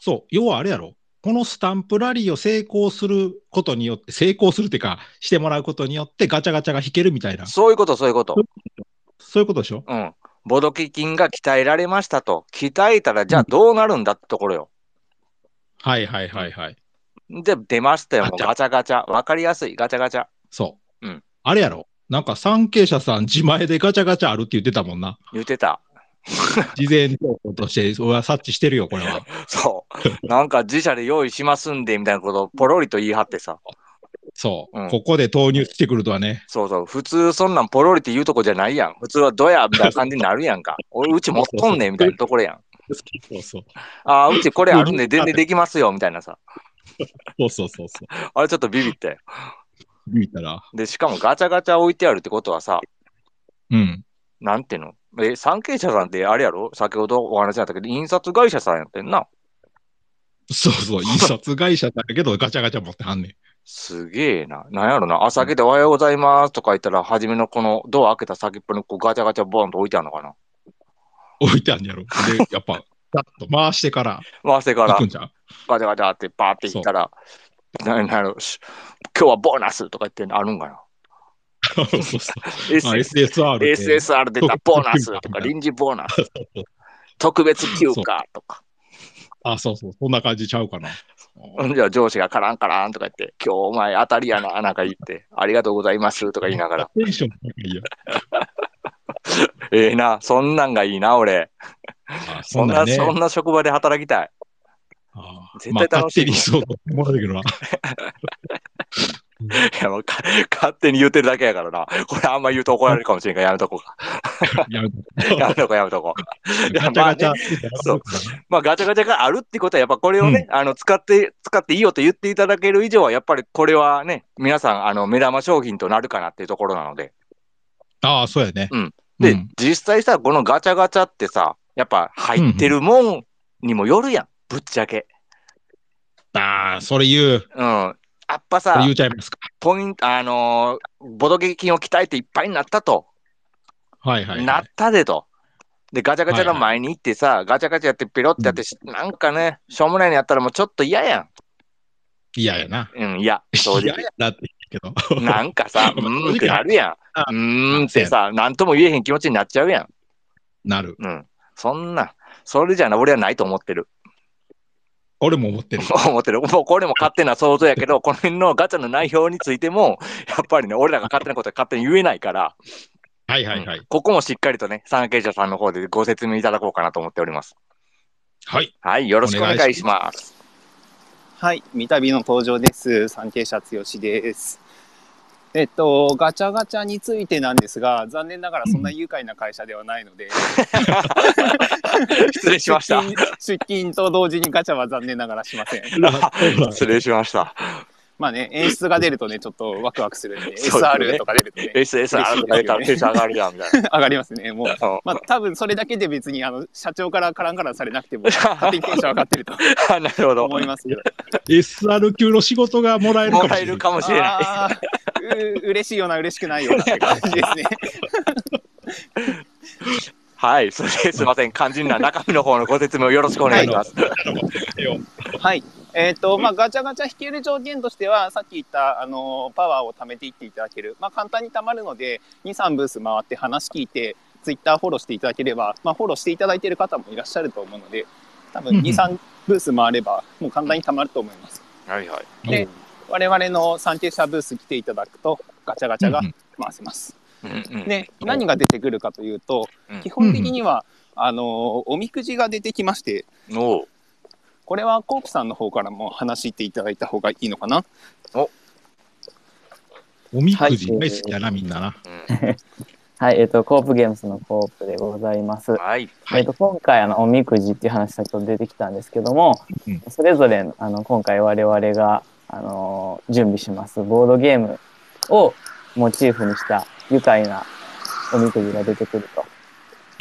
そう、要はあれやろ。このスタンプラリーを成功することによって、成功するっていうか、してもらうことによってガチャガチャが引けるみたいな、
そういうこと、そういうこと。
そういうことでしょ
うん。ボドキ金が鍛えられましたと。鍛えたら、じゃあどうなるんだってところよ。
はいはいはいはい。
で、出ましたよ。もうガ
ガ
チャガチャ。わかりやすい。ガチャガチャ。
そう。
うん
あれやろ。なんか産経者さん自前でガチャガチャあるって言ってたもんな。
言ってた。
事前情報として、俺は察知してるよ、これは。
そう。なんか自社で用意しますんで、みたいなことをポロリと言い張ってさ。
そう。
うん
ここで投入してくるとはね。
そうそう。普通そんなんポロリって言うとこじゃないやん。普通はどやみたいな感じになるやん か。俺、うち持っとんねんみたいなところやん。
そうそう。
ああ、うちこれあるんで全然できますよ、みたいなさ。
そうそうそうそ
あれちょっとビビったよ。
う。見たら。
で、しかもガチャガチャ置いてあるってことはさ、
うん。
なんていうのえ、産経社さんってあれやろ先ほどお話になったけど、印刷会社さんやってんな。
そうそう。印刷会社だけどガチャガチャ持ってはんねん。
すげえな。なんやろな。朝明けておはようございますとか言ったら、初めのこのドア開けた先っぽにこうガチャガチャボーンと置いてあるのかな。
置いてあんねやろ。で、やっぱ、ガッと回してから
回してから
行くんじゃん。
ガチャガチャってパーって行ったら、ななんやろ、し今日はボーナスとか言ってあるんかな。
そうそうそう。
S
まあ SSR って。
SSR 出たボーナス とか、臨時ボーナス、特別休暇とか。
あ、そうそう。そんな感じちゃうかな。
じゃあ上司がカランカランとか言って、今日お前当たりやな、なんか言って、ありがとうございますとか言いながら。
テンション高いよ。
ええな、そんなんがいいな、俺。
あ
そ
そ
ん
ん
な、
な
そん
ね。
な職場で働きたい。
あ
絶対
まあ、
楽
勝
しい
手にそうと思う けどな。
いや、もうか勝手に言ってるだけやからな。これあんま言うと怒られるかもしれんから、やめとこう か。
やめて
やめとこう、やめとこう。いや
ガチャガチ
ま
ャ
あ。まあ、ガチャガチャがあるってことは、やっぱこれをね、あの、使って、使っていいよと言っていただける以上は、やっぱりこれはね、皆さん、あの、目玉商品となるかなっていうところなので。
ああ、そうやね。
うんで、
うん
実際さ、このガチャガチャってさ、やっぱ入ってるもんにもよるやん、ぶっちゃけ。
ああ、それ言う。
うん。やっぱ
それ
さ
言、うちゃいますか。
ポイント、あのーボドゲ金を鍛えていっぱいになったと。
はいはい、
な
は
っ
い。
たでと。で、ガチャガチャの
はいは
前に行ってさ、ガチャガチャやってペロってやって、なんかね、しょうもないのやったらもうちょっと嫌や
嫌ややな。
ん。うん、嫌。正
嫌
直
や。なって言うけど。
なん かさ、うーんってなるや
あ
ん。うーんってさ、なんとも言えへん気持ちになっちゃうやん。
なる。
うん。そんな、それじゃな、俺はないと思ってる。
俺も思ってる。
思ってる。もうこれも勝手な想像やけど、この辺のガチャの内容についても、やっぱりね、俺らが勝手なことは勝手に言えないから、
はいはいはい。
うんここもしっかりとね、産経者さんの方でご説明いただこうかなと思っております。
はい。
はい、よろしくお願いします。
はい、三度の登場です。産経者剛です。えっと、ガチャガチャについてなんですが、残念ながらそんな愉快な会社ではないので、
失礼しま した。
出勤出勤と同時にガチャは残念ながらしません。
失礼しました。
まあね、演出が出るとね、ちょっとワクワクするんで、
そうですね
SR とか出るとね、
SSR とか出たらテンション上がるやん、みたいな。
上がりますね。もう、
そう
まあ多分それだけで別にあの社長からカランカランされなく ても、勝手にテンション上がってると
あ なるほど。
思 いますけど。
SR 級の仕事がもらえるかも
も
し
らえ
れな
る
い。
かもしれない。
あーう嬉しいような、嬉しくないようなって感じですね。
はい、それですいません。肝心な中身の方のご説明をよろしくお願いします。
はい。えっ、と、まあ、ガチャガチャ引ける条件としては、さっき言った、あのーパワーを貯めていっていただける。まあ、簡単に貯まるので、2、3ブース回って話聞いて、ツイッターフォローしていただければ、まあ、フォローしていただいている方もいらっしゃると思うので、多分
うんう
2、
ん
3ブース回れば、もう簡単に貯まると思います。
はいはい。
で、我々の産経者ブース来ていただくと、ガチャガチャが
うんうん
回せます。
うんうん
で
うん
何が出てくるかというと、
うん
基本的には、あのおみくじが出てきまして
おう
これはコープさんの方からも話していただいた方がいいのかな
おみくじ大好きやな、みんなな。
うん
はい、えっ、と、コープゲームスのコープでございます。
はい。
はい
えっと、今回、あの、おみくじっていう話先ほど出てきたんですけども、
うん
それぞれ、あの、今回我々が、あのー準備しますボードゲームをモチーフにした愉快なおみくじが出てくると。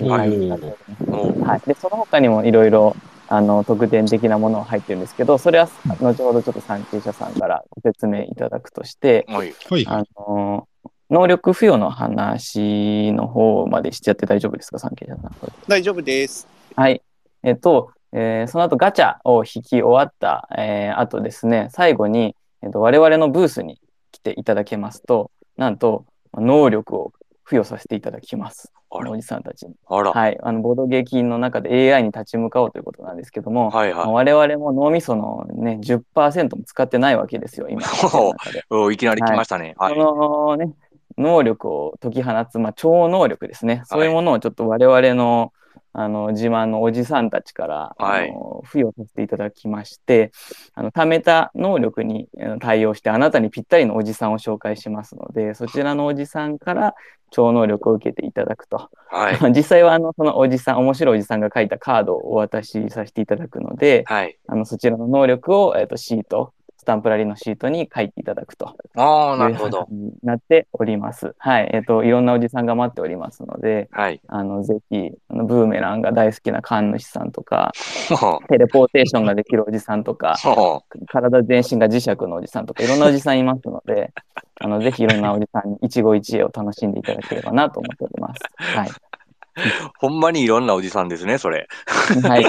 はい
いう感じになっております
おう
はい。で、その他にもいろいろ、あの、特典的なものが入ってるんですけど、それは、後ほどちょっと参加者さんからご説明いただくとして、
おい。
はい。
あのー能力付与の話の方までしちゃって大丈夫ですか、参加者さん。これ
大丈夫です。
はい。えっと、えーその後ガチャを引き終わった、えー、後ですね、最後に、えっと、我々のブースに来ていただけますと、なんと、能力を付与させていただきます。
あら
おじさんたちに。
あら。
はい。あの、ボードゲー金の中で AI に立ち向かおうということなんですけども、
はいはい。
我々も脳みそのね、10%も使ってないわけですよ、 今。
おうおういきなり来ましたね。はい。
そのね、能力を解き放つ、まあ、超能力ですね。そういうものをちょっと我々の、あの自慢のおじさんたちから、
はい
あの付与させていただきまして、あの貯めた能力にあの対応して、あなたにぴったりのおじさんを紹介しますので、そちらのおじさんから超能力を受けていただくと。
はい。
実際はあのそのおじさん、面白いおじさんが書いたカードをお渡しさせていただくので、
はい。
あのそちらの能力を、えっとシート、スタンプラリーのシートに書いていただくと。
ああ、なるほど。
という話になっております。はい。えっ、と、いろんなおじさんが待っておりますので、
はい。
あの、ぜひ、あのブーメランが大好きな神主さんとか、
おう
テレポーテーションができるおじさんとか、
おう
体全身が磁石のおじさんとか、いろんなおじさんいますので、あの、ぜひいろんなおじさんに一期一会を楽しんでいただければなと思っております。はい。
ほんまにいろんなおじさんですね、そ れ。
はい。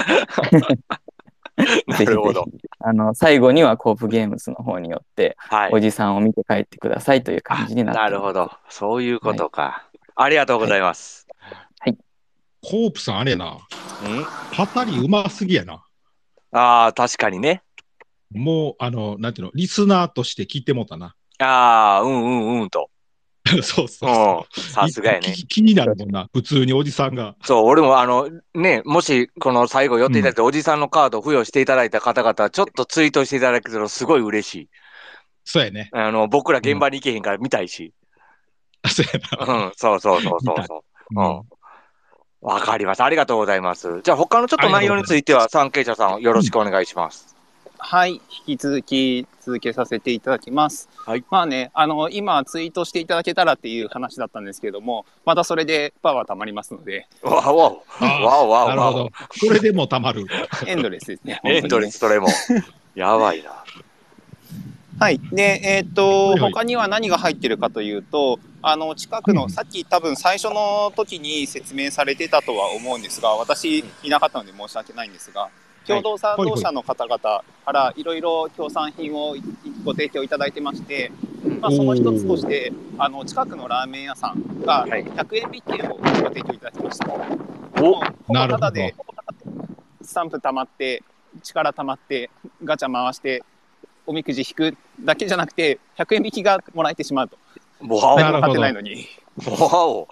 な
ぜひぜ
るほ
ひ
ど。、
あの、最後にはコープゲームズの方によって、
はい
お。じさんを見て帰ってくださいという感じになってお
な
りま
るほ
す。
ど。そういうことか。ありがとうございます。
コープさん、あれやな。
ん
パタリうますぎやな。
ああ、確かにね。
もう、あの、なんていうの、リスナーとして聞いてもうたな。
ああ、うんうんうんと。
そうそう
う
そ
ん
う。。
さすがやね
気。気になるもんな、普通におじさんが。
そう、俺もあの、ね、もしこの最後寄っていただいて、おじさんのカードを付与していただいた方々、ちょっとツイートしていただけたらすごい嬉しい。
そうやね。
あの、僕ら現場に行けへんから見たいし。
あそうや
う
な。
ん、そうそうそうそうそう。うん
うん
わかりました。ありがとうございます。じゃあ他のちょっと内容については、参加者さんよろしくお願いします。
はい、引き続き続けさせていただきます。
はい
まあね、あの今ツイートしていただけたらっていう話だったんですけども、またそれでパワー貯まりますの で、
わおわお
あ
わお
なる
わ
ほ
お
ど。
わ
これでもたまる。
エンドレスですね。
お。エンドレス、それも。やばいな。
はい。で、えーっと、
はいはい
他には何が入ってるかというと、あの、近く
う
の、
ん
さっき多分最初の時に説明されてたとは思うんですが、私いなかったので申し訳ないんですが、共同賛同者の方々からいろいろ協賛品をご提供いただいてまして、まあ、その一つとして、あの、近くのラーメン屋さんが
はい
100円引券をご提供いただきました。
お
な
な
る
る
ほど
ほど。でスタンプ溜まって、力溜まって、ガチャ回して、おみくじ引くだけじゃなくて、100円引きがもらえてしまうと。
わお
な
何
る
も
ほど
買ってないのに。
わお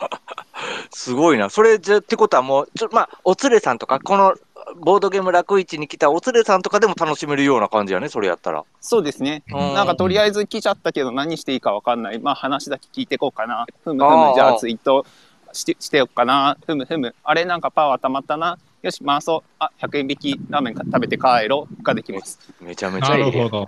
すごいな。それじゃってことはもう、ちょまあ、お連れさんとか、このボードゲーム楽市に来たお連れさんとかでも楽しめるような感じやね、それやったら。
そうですね。
うん
なんかとりあえず来ちゃったけど何していいかわかんない。まあ話だけ聞いてこうかな。ふむふ
あー
む。じゃ
あ
あ
ー
ツイートしてしておくかな。ふむふむ。あれなんかパワー溜まったな。よし、回そう。あ、100円引きラーメン食べて帰ろう。ができます。
めちゃめち
な
ゃい
る
い。
ほど。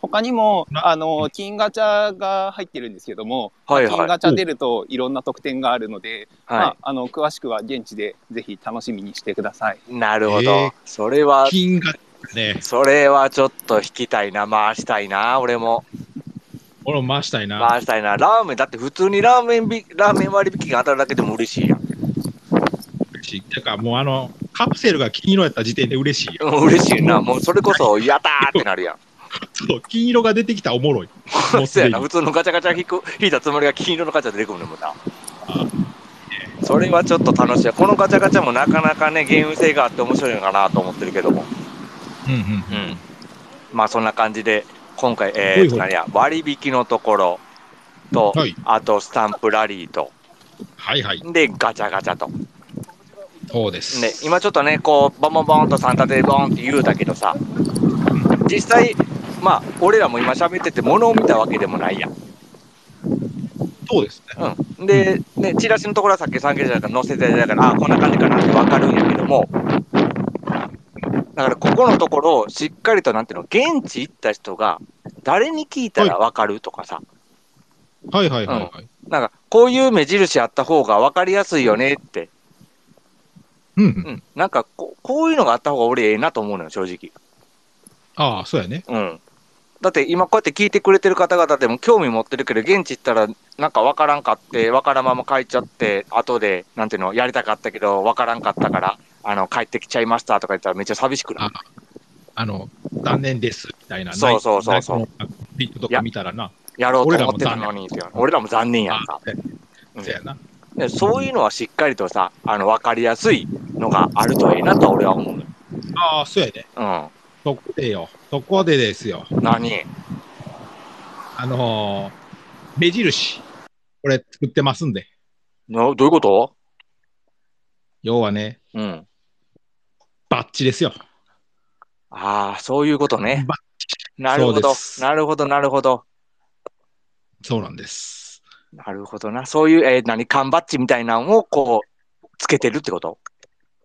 他にも、
な
あの、金ガチャが入ってるんですけども、
はい
金
はい。
ガチャ出るといろんな特典があるので、ま
は
あ、あの詳しくは現地でぜひ楽しみにしてください。
い、なる
え
ほ
ー
ど。それは、
金がね、
それはちょっと引きたいな、回したいな、俺も。
俺も回したいな。
回したいな。ラーメン、だって普通にラーメンび、ラーメン割引が当たるだけでも嬉しいやん。
しだからもうあの、カプセルが金色やった時点で嬉しいよ。
うん嬉しいな。もうそれこそ、やったーってなるやん。
そう、金色が出てきたらおもろい。もうす
そ
で
うや
に
な。。普通のガチャガチャ引く、引いたつもりが金色のガチャ出てくるのもんな。それはちょっと楽しい。このガチャガチャもなかなかね、ゲーム性があって面白いのかなと思ってるけども。
うんうん。
うん。まあそんな感じで、今回、え
ほ
ー
いほい
何や、割引のところと、
はい
あとスタンプラリーと、
はいはい。
で、ガチャガチャと。
そうです。
ね、今ちょっとね、こう、ボンボンボンと三立てでボンって言うだけどさ、実際、まあ、俺らも今喋ってて、物を見たわけでもないやん。
そうですね。
うん。で、ね、チラシのところはさっき三軒茶屋が載せてだから、あこんな感じかなってわかるんやけども、だからここのところをしっかりと、なんていうの、現地行った人が、誰に聞いたらわかるとかさ、
はいはいはいはい。
なんか、こういう目印あった方がわかりやすいよねって、
うん。う、
うんん。なんかこ、こういうのがあった方が俺ええなと思うのよ、正直。
ああ、そうやね。
うん。だって今こうやって聞いてくれてる方々でも興味持ってるけど、現地行ったらなんかわからんかって、わからんまま帰っちゃって、後で、なんていうの、やりたかったけど、わからんかったから、あの、帰ってきちゃいましたとか言ったらめっちゃ寂しくな
あ
る。
あの、残念です、みたいな。
そうそうそうそう
ない。ないリットとか見たらな。
やろうと思ってたのにっていう俺らも残念やんか
あ。そう
う
や
ん
そうやな。
でそういうのはしっかりとさ、あの、わかりやすいのがあるといいなと俺は思うのよ。
ああ、そうやね。
う
そこでよ。そこでですよ。
ん。何
あのー目印。これ作ってますんで。
などういうこと
要はね、
うん。
バッチですよ。
ああ、そういうことね
ば。
なるほ
そう
ど
で。す
なるほど、なるほど。
そうなんです。
なるほどな。そういう、えー何、缶バッジみたいなのを、こう、つけてるってこと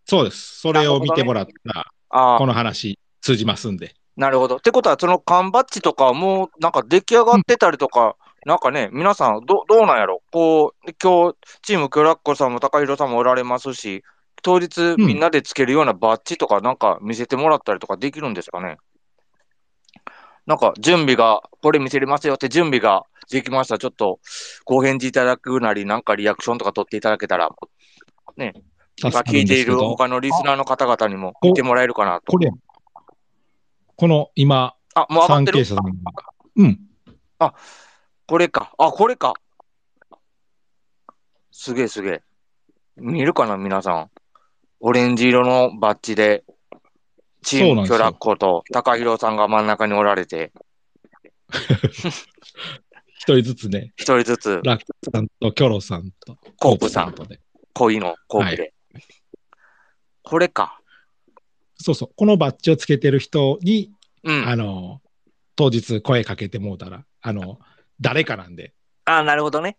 そうです。それを見てもらったら、
あ
こ
あ、
の話通じますんで。
なるほど。ってことは、その缶バッジとか、もう、なんか出来上がってたりとか、なんかね、皆さん、ど、どうなんやろこう、今日、チームキョラッコさんも高弘さんもおられますし、当日、
ん
みんなでつけるようなバッジとか、なんか見せてもらったりとかできるんですかねなんか、準備が、これ見せれますよって準備ができました。ちょっと、ご返事いただくなり、なんかリアクションとか取っていただけたら、
助
今
か
聞
る
い
ん
て
で
い
すけ
る
ど
他のリスナーの方々にも見てもらえるかなと。
これ、この今、
あ、もう上がっ
三
てる
傾者さんが。うん。
これか。あ、これか。すげえすげえ。見えるかな皆さん。オレンジ色のバッジで、チ
そう
ー
なん
ム
です
キ
よ
ョラッコと高弘さんが真ん中におられて、
一人ずつね、
一人ずつ
ラックさんとキョロさんと
コープさん
とで。
恋のコープで。これか。
そうそう。このバッジをつけてる人に、
うん。
あの、当日声かけてもうたら、あの、誰かなんで。
あ、なるほどね。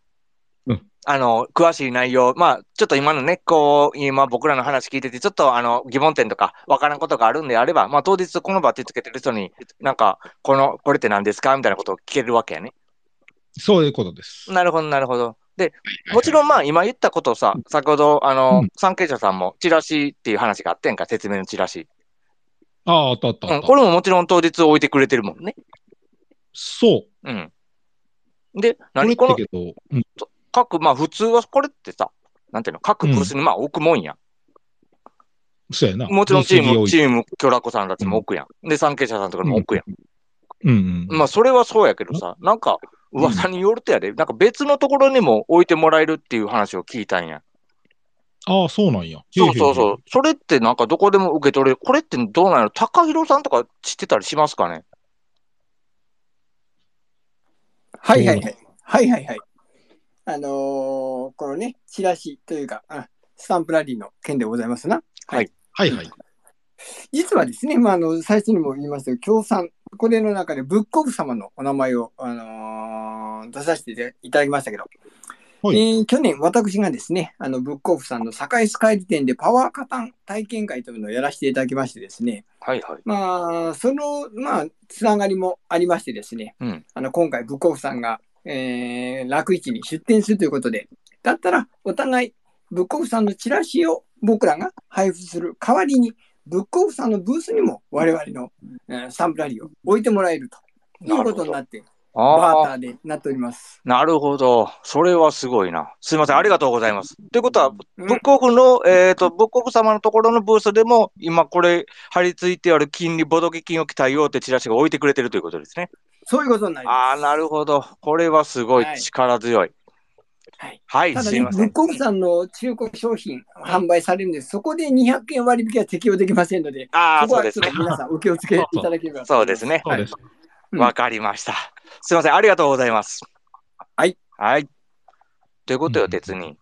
うん
あの、詳しい内容、まあ、ちょっと今のね、こう、今僕らの話聞いてて、ちょっとあの、疑問点とか、わからんことがあるんであれば、まあ、当日この場ってつけてる人に、なんか、この、これって何ですかみたいなことを聞けるわけやね。
そういうことです。
なるほど、なるほど。で、もちろ
ん。
んまあ、今言ったことをさ、先ほど、あの、
うん
関係者さんも、チラシっていう話があってんか、説明のチラシ。
ああ、あったあった
う
あ
ん、
った
これももちろん当日置いてくれてるもんね。
そう。
うん。で、
これ
何
って
この
けど、うん
各、まあ、普通はこれってさ、なんていうの、各ブースにまあ、置くもんや。
そうやな。
もちろんチー
分析を
ム、チーム、キョラコさんたちも置くやん。で、三傾者さんとかも置くやん。
うんうん。
まあ、それはそうやけどさ、なんか、噂によるとやで、なんか別のところにも置いてもらえるっていう話を聞いたんや。
ああ、そうなんや。
そうそ
へえ
う
へえ
そ
へ
う。それってなんかどこでも受け取れる。これってどうなの高弘さんとか知ってたりしますかね
はいはいはい。はいはいはい。あのーこのね、チラシというか、あスタンプラリーの件でございますな。
え。はいはい。
実はですね、まあ、あの最初にも言いましたけど、共産、これの中でブックオフ様のお名前を、あのー出させていただきましたけど、
はい
えー去年、私がですね、あのブックオフさんの堺スカイ店でパワーカタン体験会というのをやらせていただきましてですね、
はいはい。
まあ、その、まあ、つながりもありましてですね、
うん
あの今回、ブックオフさんが、えー、楽市に出店するということで、だったら、お互い、ブックオフさんのチラシを僕らが配布する代わりに、ブックオフさんのブースにも我々の、えー、サンプラリーを置いてもらえるということになって、バー
あ
タ
あ、
ーでなっております。
なるほど。それはすごいな。すいません。ありがとうございます。ということは、
う
ブッ
ん、
クオフの、えっ、と、ブックオフ様のところのブースでも、今これ、貼り付いてある金利、ボドゲ金を期待ようってチラシが置いてくれてるということですね。
そういうことになり
あ
ま
あ、なるほど。これはすごい
はい
力強い。
はい。
はい、
す。ただ
すい
ね、
ま
ブ
せ
ッ
ん。
クオフさんの中古商品販売されるんです、そこで200円割引は適用できませんので、
ああ、
そこ
そう
は
です
ちょ
ね
っと。皆さんお気をつけいただければと
そ
思
う
いま
ですね。
そうです。
うん
わかりました。すいません。ありがとうございます。
はい。
はい。ということ
う
よ、
ん
別に。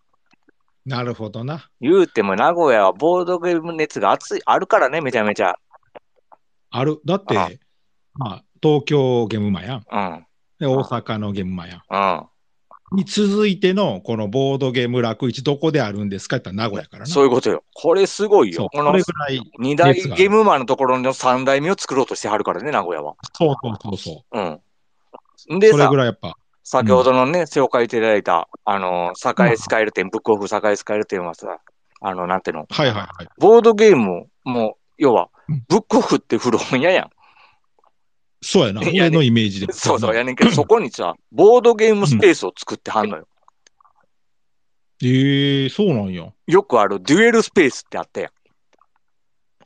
なるほどな。
言うても名古屋はボードゲーム熱が熱い、あるからね、めちゃめちゃ。
ある。だって、
あ
まあ、東京ゲームマやん。
うん。
で、大阪のゲームマやん。
うん。
に続いての、このボードゲーム楽市、どこであるんですかって言ったら名古屋からな。
そういうことよ。これすごい
そう
よ。
こ
この
れぐらい。
二大ゲームマンのところの三代目を作ろうとしてはるからね、名古屋は。
そうそうそうそ
うん。
う。
で
それ
さ
ぐ、らいやっぱ。
先ほどのね、紹介いただいた、あの、栄スカイル店、ブックオフ栄スカイル店はさ、あの、なんていうの、
はいはいはい。
ボードゲームも、要は
うん、
ブックオフって古本屋やん。
そうやな。
いや
俺のイメージでも。
そうそう、やねんけど、そこにさ、ボードゲームスペースを作ってはんのよ。
ええそうなんや。
よくある、デュエルスペースってあったやん。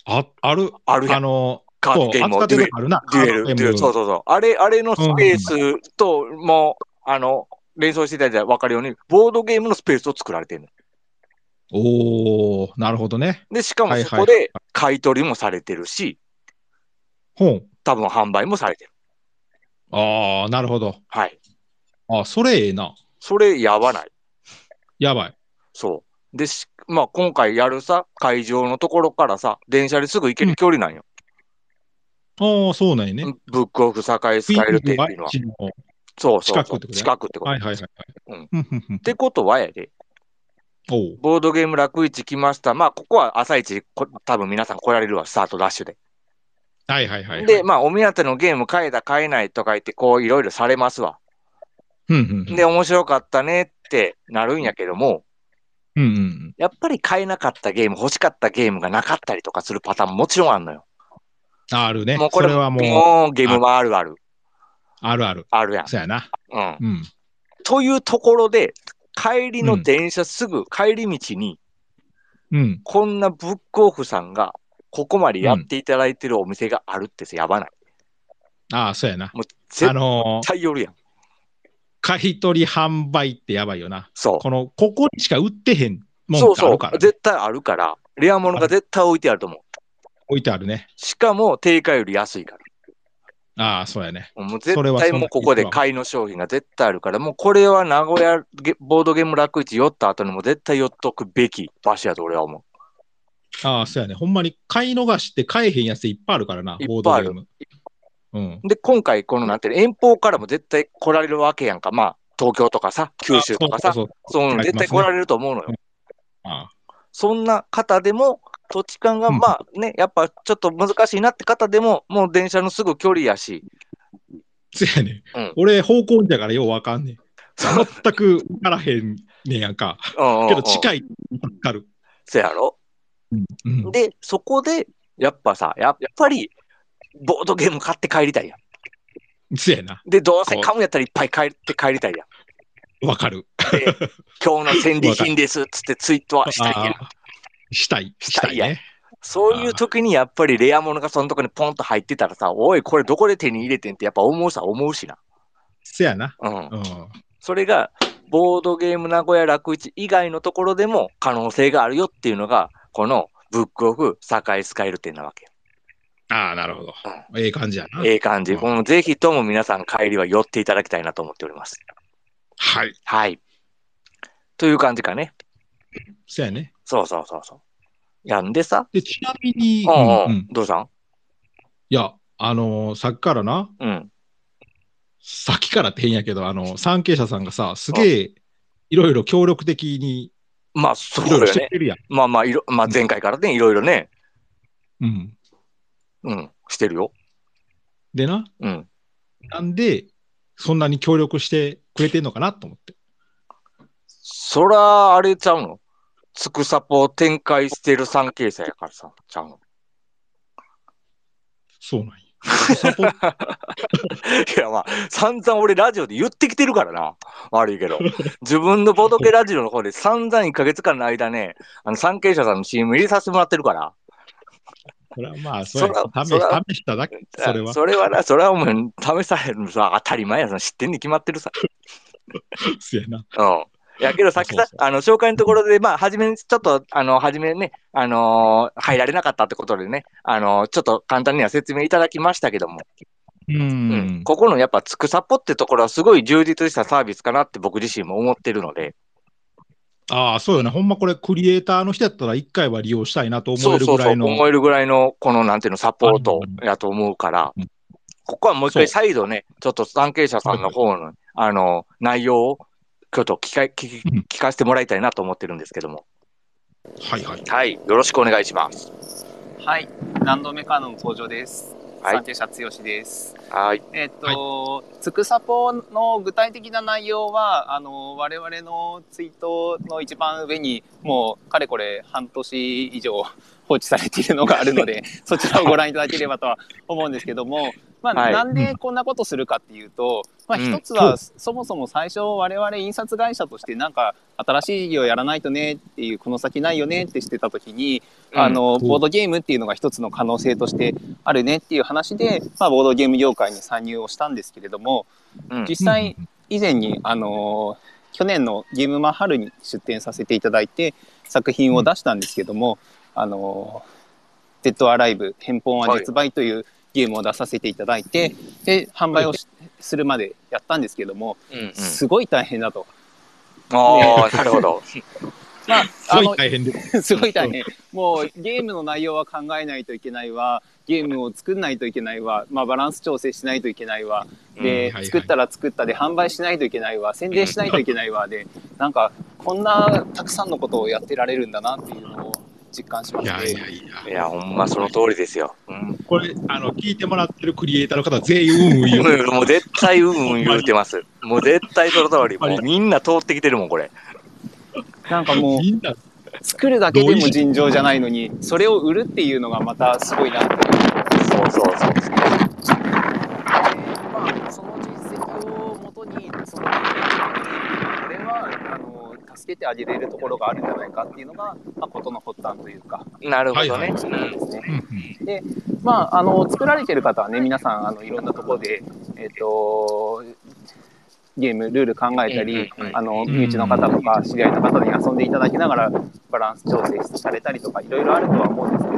あ、ある、
あるやん
あの、
カード
そう、
ゲー
扱
ムを
って
デュ
る
エ
とこあるな。
デュエル、
カ
デ
ード
ュ
ゲ
エ
ー
ル、
ム
そうそうそう。あれ、あれのスペースと、もう、あの、連想していただいたら分かるように、ボードゲームのスペースを作られてるの。
おー、なるほどね。
で、しかも
はいはい
そこで買い取りもされてるし、
ほう。
多分販売もされてる。
ああ、なるほど。
はい。
あそれええな。
それやばない。
やばい。
そう。でし、まあ今回やるさ、会場のところからさ、電車ですぐ行ける距離なんよ。
ああ、そうなんやね。
ブックオフ栄ス
フィ
カイ
ー
ル
ル
店
ド
っ
が
ていうのは。
一の
そうそうそう
近くってことね
近くってこと。
はいはいはい
うん
はい。うんうんうん
ってことはやで、
おう
ボードゲーム楽市来ました。まあ、ここは朝一、こ多分皆さん来られるわ、スタートダッシュで。
はいはいはいはい。
で、まあ、お目当てのゲーム買えた、買えないとか言って、こう、いろいろされますわ。
うんうんうん
で、面白かったねってなるんやけども、
うんうんうん。
やっぱり買えなかったゲーム、欲しかったゲームがなかったりとかするパターンももちろんあるのよ。
あるね。
もうこ
そ
れ
れはもう、
もうゲームはあるある。
あるある。
あるやん。
そうやな。
うん。
うん。
というところで、帰りの電車すぐ、帰り道に、
うん。
こんなブックオフさんが、ここまでやっていただいてるお店があるってさやばない。
ああ、そうやな。
もう、
あ
絶
のー
対寄るやん。
買い取り販売ってやばいよな。
そう。
この、ここにしか売ってへんもん
そう
ってあ
そ
る
う
から。。
絶対あるから、レアものが絶対置いてあると思う。
置いてあるね。
しかも、定価より安いか
ああ、そうやね。
ら。もう絶
それは
対もうここで
そんな気がするわ
買いの商品が絶対あるから、もうこれは名古屋ゲボードゲーム楽市寄った後にも絶対寄っとくべき場所やと俺は思
ああ、そうやね。ほんまに買い逃して買えへんやついっぱいあるからな、
いっ
ボー
ぱいあ
ド
る
ゲーム。うん。
う。で、今回このなんていうの遠方からも絶対来られるわけやんか。まあ、東京とかさ、九州とかさ、
あ
そう
そうそう
いうの絶対来られると思うのよ。
うんああ
そんな方でも、土地勘が
うん
まあね、やっぱちょっと難しいなって方でも、もう電車のすぐ距離 やし、
そうやね。
うん
俺、方向音だからようわかんねん。全く分からへんねんやんか。けど
い。
近い、わかる。
せやろ
うん。
で、そこで、やっぱさ、やっぱり、ボードゲーム買って帰りたいやん。
そうやな。
で、どうせ買うんやったらいっぱい買って帰りたいやん。
わかる。
今日の戦利品ですっつってツイートはしたいやん。
あーしたい。
したいやん
ね。
そういう時にやっぱりレア物がそのとこにポンと入ってたらさ、おい、これどこで手に入れてんってやっぱ思うさ、思うしな。
そうやな。
うん
う。ん。
それが、ボードゲーム名古屋楽市以外のところでも可能性があるよっていうのが、このブックオフ栄スカイル店なわけ。
ああ、なるほど。ええ感じやな。
ええ感じ。
うん
もうぜひとも皆さん帰りは寄っていただきたいなと思っております。
はい。
はい。という感じかね。
そうやね。
そうそうそうそう。やんでさ。
で、ちなみに、
うんうん。
うんうん
どうしたん
いや、あのーさっきからな、
うん。
さっきからって変やけど、あのー、産経者さんがさ、すげえ、いろいろ協力的に、
まあ、そう
いろいろし
よ
て
ね
く。れるやん。
まあまあ、いろ、まあ前回からね、いろいろね。
うん。
うん。してるよ。
でな、
うん。
なんで、そんなに協力してくれてんのかなと思って。
そら、あれちゃうのつくさぽを展開してる関係者やからさ、ちゃうの。
そうなん や。サポ
いやまあ、散々俺ラジオで言ってきてるからな。悪い けど。自分のボドゲラジオの方で散々1ヶ月間の間ね、あの、産経者さんの CM 入れさせてもらってるから。
それはまあ、そうや
そらそら
試試しただけ、それは。
それはな、それはお前、試されるのさ、当たり前やさ、知ってんに決まってるさ。
そうやな。
うん。やけどさっきさ
そう、
あの、紹介のところで、まあ、初めに、ちょっと、あの、初めね、あのー入られなかったってことでね、あのーちょっと簡単には説明いただきましたけども、
うん
うん。ここのやっぱ、つくさぽってところはすごい充実したサービスかなって僕自身も思ってるので、
ああ、そうよね。ほんまこれ、クリエイターの人やったら一回は利用したいなと思えるぐらいの。
そうそうそう思えるぐらいの、このなんていうの、サポートやと思うから
うん、
ここはもう一回
そ
再度ね、ちょっと関係者さんの方の、あの、内容をちょっと聞か聞
うん
聞かせてもらいたいなと思ってるんですけども。
はいはい。
はい、よろしくお願いします。
はい、何度目かの登場です。
はい
三定者剛です。
はい、
えっ、と、つくさぽの具体的な内容は、あの、我々のツイートの一番上に、もう、かれこれ半年以上 放置されているのがあるので、そちらをご覧いただければとは思うんですけ ども、まあ、
はい
なんでこんなことするかっていうと、まあ、
うん
一つは、そもそも最初、我々印刷会社として、なんか、新しい事業やらないとねっていう、この先ないよねってしてたときに、あの、ボードゲームっていうのが一つの可能性としてあるねっていう話で、まあ、ボードゲーム業界に参入をしたんですけれども、
うん
実際、以前に、あのー去年のゲームマ春に出展させていただいて、作品を出したんですけども、あのー、デッドアライブ、返本は絶売というゲームを出させていただいて、で、販売をしするまでやったんですけども、
うんうん、
すごい大変だと。
ああ、なるほど。
まあ、
す
あ
ご
の
い、大変です。
すごい大変。もうゲームの内容は考えないといけないわ、ゲームを作んないといけないわ、まあ、バランス調整しないといけないわ、
はい
で、
はい
作ったら作ったで販売しないといけないわ、宣伝しないといけないわで、なんかこんなたくさんのことをやってられるんだなっていうのを実感しま
い
し
やいや
て。
いや。
いや、ほんまその通りですよ。うん、
これ、あの、聞いてもらってるクリエイターの方全員うんうん 言う。
もう絶対うんうん言うてます。もう絶対その通り、もうみんな通ってきてるもん、これ。
なんかもう
みんな、
作るだけでも尋常じゃないのに、それを売るっていうのがまたすごいなって
そうそうそう。
でまあ、その実績をもとに、そのこれはあの助けてあげれるところがあるんじゃないかっていうのが、まあ、ことの発端というか、
なるほど
はい
ね。うん
ですね。
うんうん
まあ、あの作られてる方はね、皆さんあのいろんなところで、えっとゲーム、ルール考えたり、
うんうんうん
あの身内の方とか、知り合いの方に遊んでいただきながら、バランス調整されたりとか、いろいろあるとは思うんですけ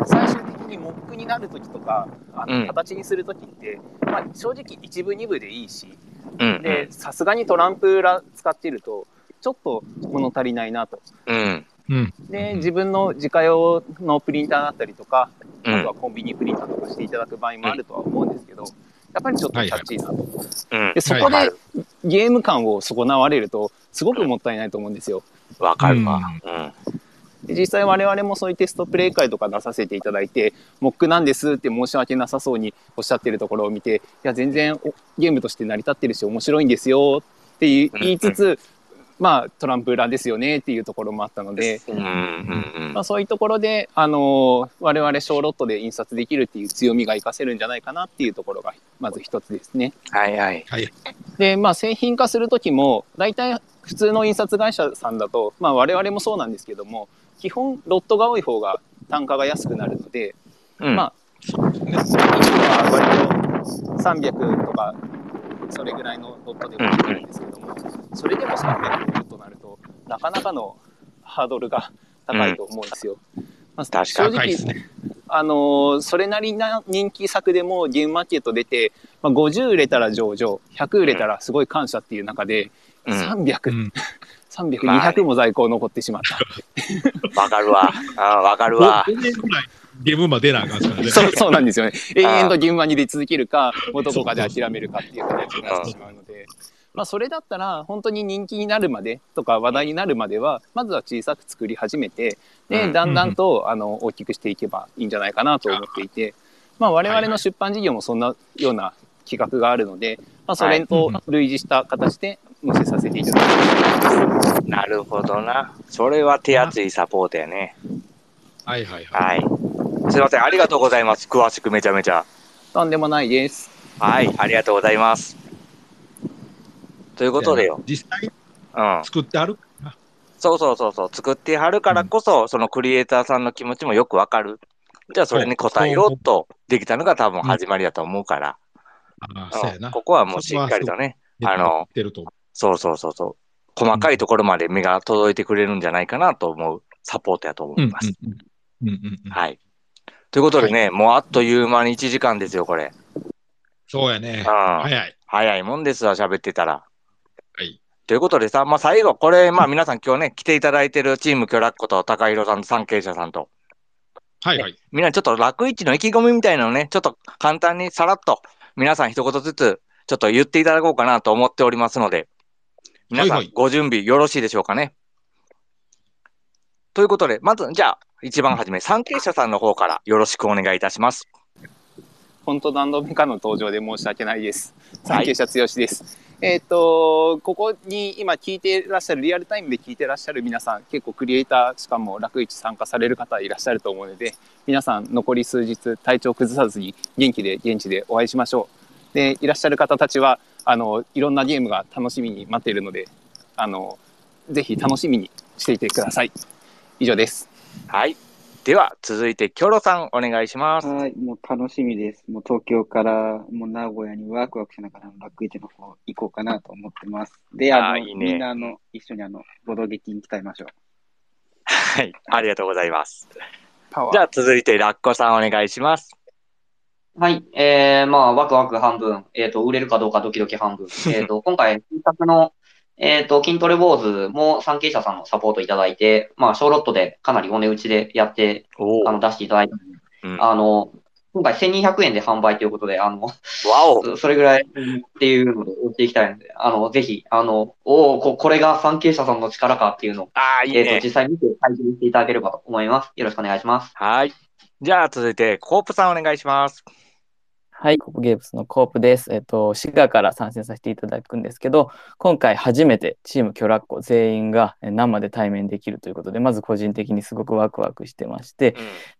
ど、最終的にモックになるときとか、あ
うん
の形にするときって、まあ、正直、一部、二部でいいし、
うん
でさすがにトランプ裏使ってると、ちょっと物足りないなと。
うん
うん。
で、自分の自家用のプリンターだったりとか、
うん
あとはコンビニプリンターとかしていただく場合もあるとは思うんですけど、やっぱりちょっとキャッチーなと。
うん
で、そこでゲーム感を損なわれると、すごくもったいないと思うんですよ。
わかるわ。うん
で実際我々もそういうテストプレイ会とか出させていただいて、モックなんですって申し訳なさそうにおっしゃってるところを見て、いや、全然おゲームとして成り立ってるし、面白いんですよって言い言いつつ、まあ、トランプ裏ですよねっていうところもあったので、
うんうん
まあ、そういうところで、あのー我々小ロットで印刷できるっていう強みが活かせるんじゃないかなっていうところがまず一つですね。
はいはい。
はい。
で、まあ、製品化するときも大体普通の印刷会社さんだと、まあ、我々もそうなんですけども基本ロットが多い方が単価が安くなるので、
うん
まあ一部は割と300とかそれぐらいのロットでもできるんですけども、それでも300となるとなかなかのハードルが高いと思うんですよ。まあ、
確かに
正
高いで
直
すね。
あのーそれなりな人気作でもゲームマーケット出て、まあ、50売れたら上場100売れたらすごい感謝っていう中で、
う
う
ん
300300、
ん。
まあ
200も在庫残ってしまった、
わかるわ。あーわかるわ。
5年ぐらいゲームまで出なあかんす からね。
そうそうなんですよね永遠とゲームマに出続ける かもうどこかで諦めるかっていう形になってしまうので。まあ、それだったら本当に人気になるまでとか話題になるまではまずは小さく作り始めて
う
で
ん
だんだんとあの大きくしていけばいいんじゃないかなと思っていて、まあ、我々の出版事業もそんなような企画があるので、まあ、それと類似した形で載せさせていただきます。
なるほどな。それは手厚いサポートやね。
はいはいはい。
はい。すいません。ありがとうございます。詳しくめちゃめちゃ。
とんでもないです。
はい。ありがとうございます。ということでよ。
実際
うん。
作ってある
そうそうそうそう。作ってはるからこそ、そのクリエイターさんの気持ちもよくわかる。じゃあそれに応えようとできたのが多分始まりだと思うから。
ああ、
うん
そうやな。
ここはもうしっかりとね。あの
やってると思
そうそうそうそう。細かいところまで目が届いてくれるんじゃないかなと思うサポートやと思
う。
います。
うんうんうん。うんうんうん
はい。ということでね、もうあっという間に1時間ですよ、これ。
そうやね。
うん
早い。
早いもんですわ、喋ってたら。
はい。
ということでさ、まあ、最後、これ、まあ、皆さん今日ね、来ていただいてるチーム巨楽こと、高弘さんと関係者さんと、
はいはい。
みんなちょっと楽市の意気込みみたいなのをね、ちょっと簡単にさらっと、皆さん一言ずつ、ちょっと言っていただこうかなと思っておりますので、皆さ
はい
ん
はい
ご準備よろしいでしょうかね。ということで、まず、じゃあ、一番初め、参詣者さんの方からよろしくお願いいたします。
本当何度目かの登場で申し訳ないです。
は
産
い
経者剛です。えっ、と、ここに今聞いてらっしゃる、リアルタイムで聞いてらっしゃる皆さん、結構クリエイター、しかも楽市参加される方いらっしゃると思うので、皆さん残り数日体調崩さずに元気で現地でお会いしましょう。で、いらっしゃる方たちは、あの、いろんなゲームが楽しみに待っているので、あの、ぜひ楽しみにしていてください。以上です。
はい。では、続いて、キョロさん、お願いします。
はい、もう楽しみです。もう東京から、もう名古屋にワクワクしながら、楽市の方行こうかなと思ってます。で、あの、
あーいいね
みんなあの、一緒にあの、ボドゲキに鍛えましょう。
はい。ありがとうございます。
パワー
じゃあ、続いて、ラッコさん、お願いします。
はい。えー、まあ、ワクワク半分、えっ、と、売れるかどうかドキドキ 半分。えっと、今回、新作の、えっ、と、筋トレ坊主も参詣者さんのサポートいただいて、まあ、小ロットでかなりお値打ちでやって、
お
あの、出していただいた。
うん
あの、今回1200円で販売ということで、あの、
わお。
それぐらいっていうので売っていきたいので、あの、ぜひ、あの、おお、ここれが参詣者さんの力かっていうのを、
ああ、いい
えっ、
ね
と、。実際見て体験していただければと思います。よろしくお願いします。
はい。じゃあ、続いて、コープさん、お願いします。
はい、コープゲームスのコープです。えっと、滋賀から参戦させていただくんですけど、今回初めてチームキョラッコ全員がえ生で対面できるということで、まず個人的にすごくワクワクしてまして、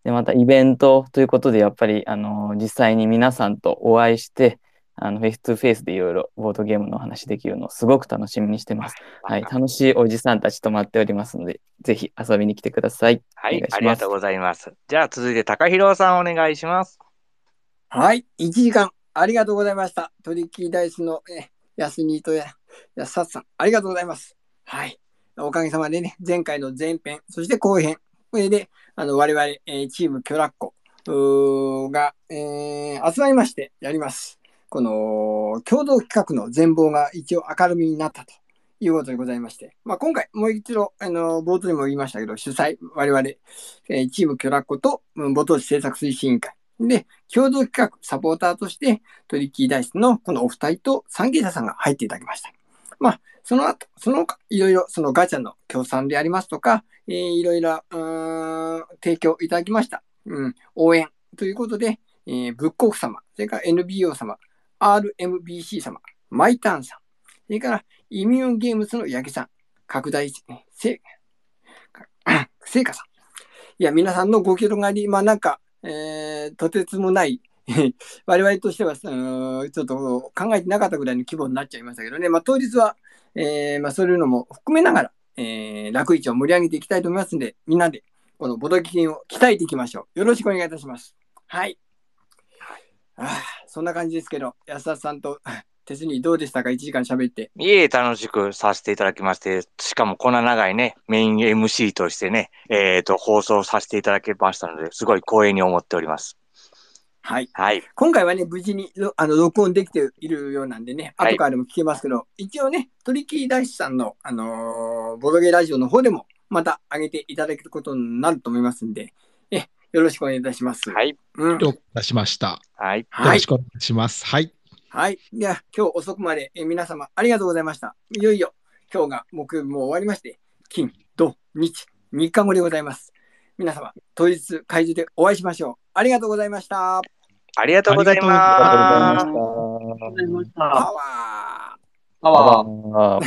で、またイベントということで、やっぱり、あの、実際に皆さんとお会いして、あの、フェイストゥフェイスでいろいろボードゲームのお話できるのをすごく楽しみにしてます。はい、楽しいおじさんたちと待っておりますので、ぜひ遊びに来てください。
は
お願
い。
いします
ありがとうございます。じゃあ、続いて、高弘さん、お願いします。
はい、1時間ありがとうございました。トリッキーダイスのえ安にとや、やさっさん、ありがとうございます。はい。おかげさまでね、前回の前編、そして後編、これで、あの、我々、えーチームキョラッコうーが、えー集まりましてやります。この、共同企画の全貌が一応明るみになったということでございまして、まあ、今回、もう一度、あの、冒頭にも言いましたけど、主催、我々、えーチームキョラッコと、うん母島市政策推進委員会、で、共同企画サポーターとしてトリッキーダイスのこのお二人と参議者さんが入っていただきました。まあ、その後、その他、いろいろそのガチャの協賛でありますとか、えーいろいろ、うーん提供いただきました。うん、応援ということで、えー、ブックオフ様、それから NBO 様、RMBC 様、マイターンさん、それからイミューンゲームズの八木さん、拡大せ、 せいかさん。いや、皆さんのご協力があり、まあなんか、えーとてつもない、 我々としては、うーんちょっと考えてなかったぐらいの規模になっちゃいましたけどね、まあ、当日は、えーまあ、そういうのも含めながら、えー、楽市を盛り上げていきたいと思いますんで、みんなで、このボドキ金を鍛えていきましょう。よろしくお願いいたします。はい。あーそんな感じですけど、安田さんと、 手すにどうでしたか ?1 時間喋って。
いえ、楽しくさせていただきまして、しかもこんな長いね、メイン MC としてね、えっ、と、放送させていただきましたので、すごい光栄に思っております。
はい。
はい。
今回はね、無事にろあの録音できているようなんでね、
はい
後からでも聞けますけど、一応ね、トリキー大師さんの、あのーボドゲラジオの方でも、また上げていただけることになると思いますんで、えよろしくお願いいたします。。
はいい。
うん、
了解しました。
はい。
よ
は
ろ
い
し。くお願いします。はい。
はい。では、今日遅くまでえ皆様ありがとうございました。いよいよ、今日が木曜日も終わりまして、金、土、日、3日後でございます。皆様、当日会場でお会いしましょう。ありがとうございました。
ありがとうござい
あり
ま
が
す
とうございま。
あ
あ
りがとうございまし
パ
た。
ワー
パ
パ
ワ
ワ
ー。
ー。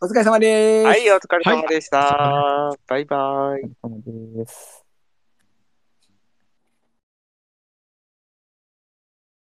お疲れ様です。
はい、お疲れ様でした。バイバイ。
お疲れ様です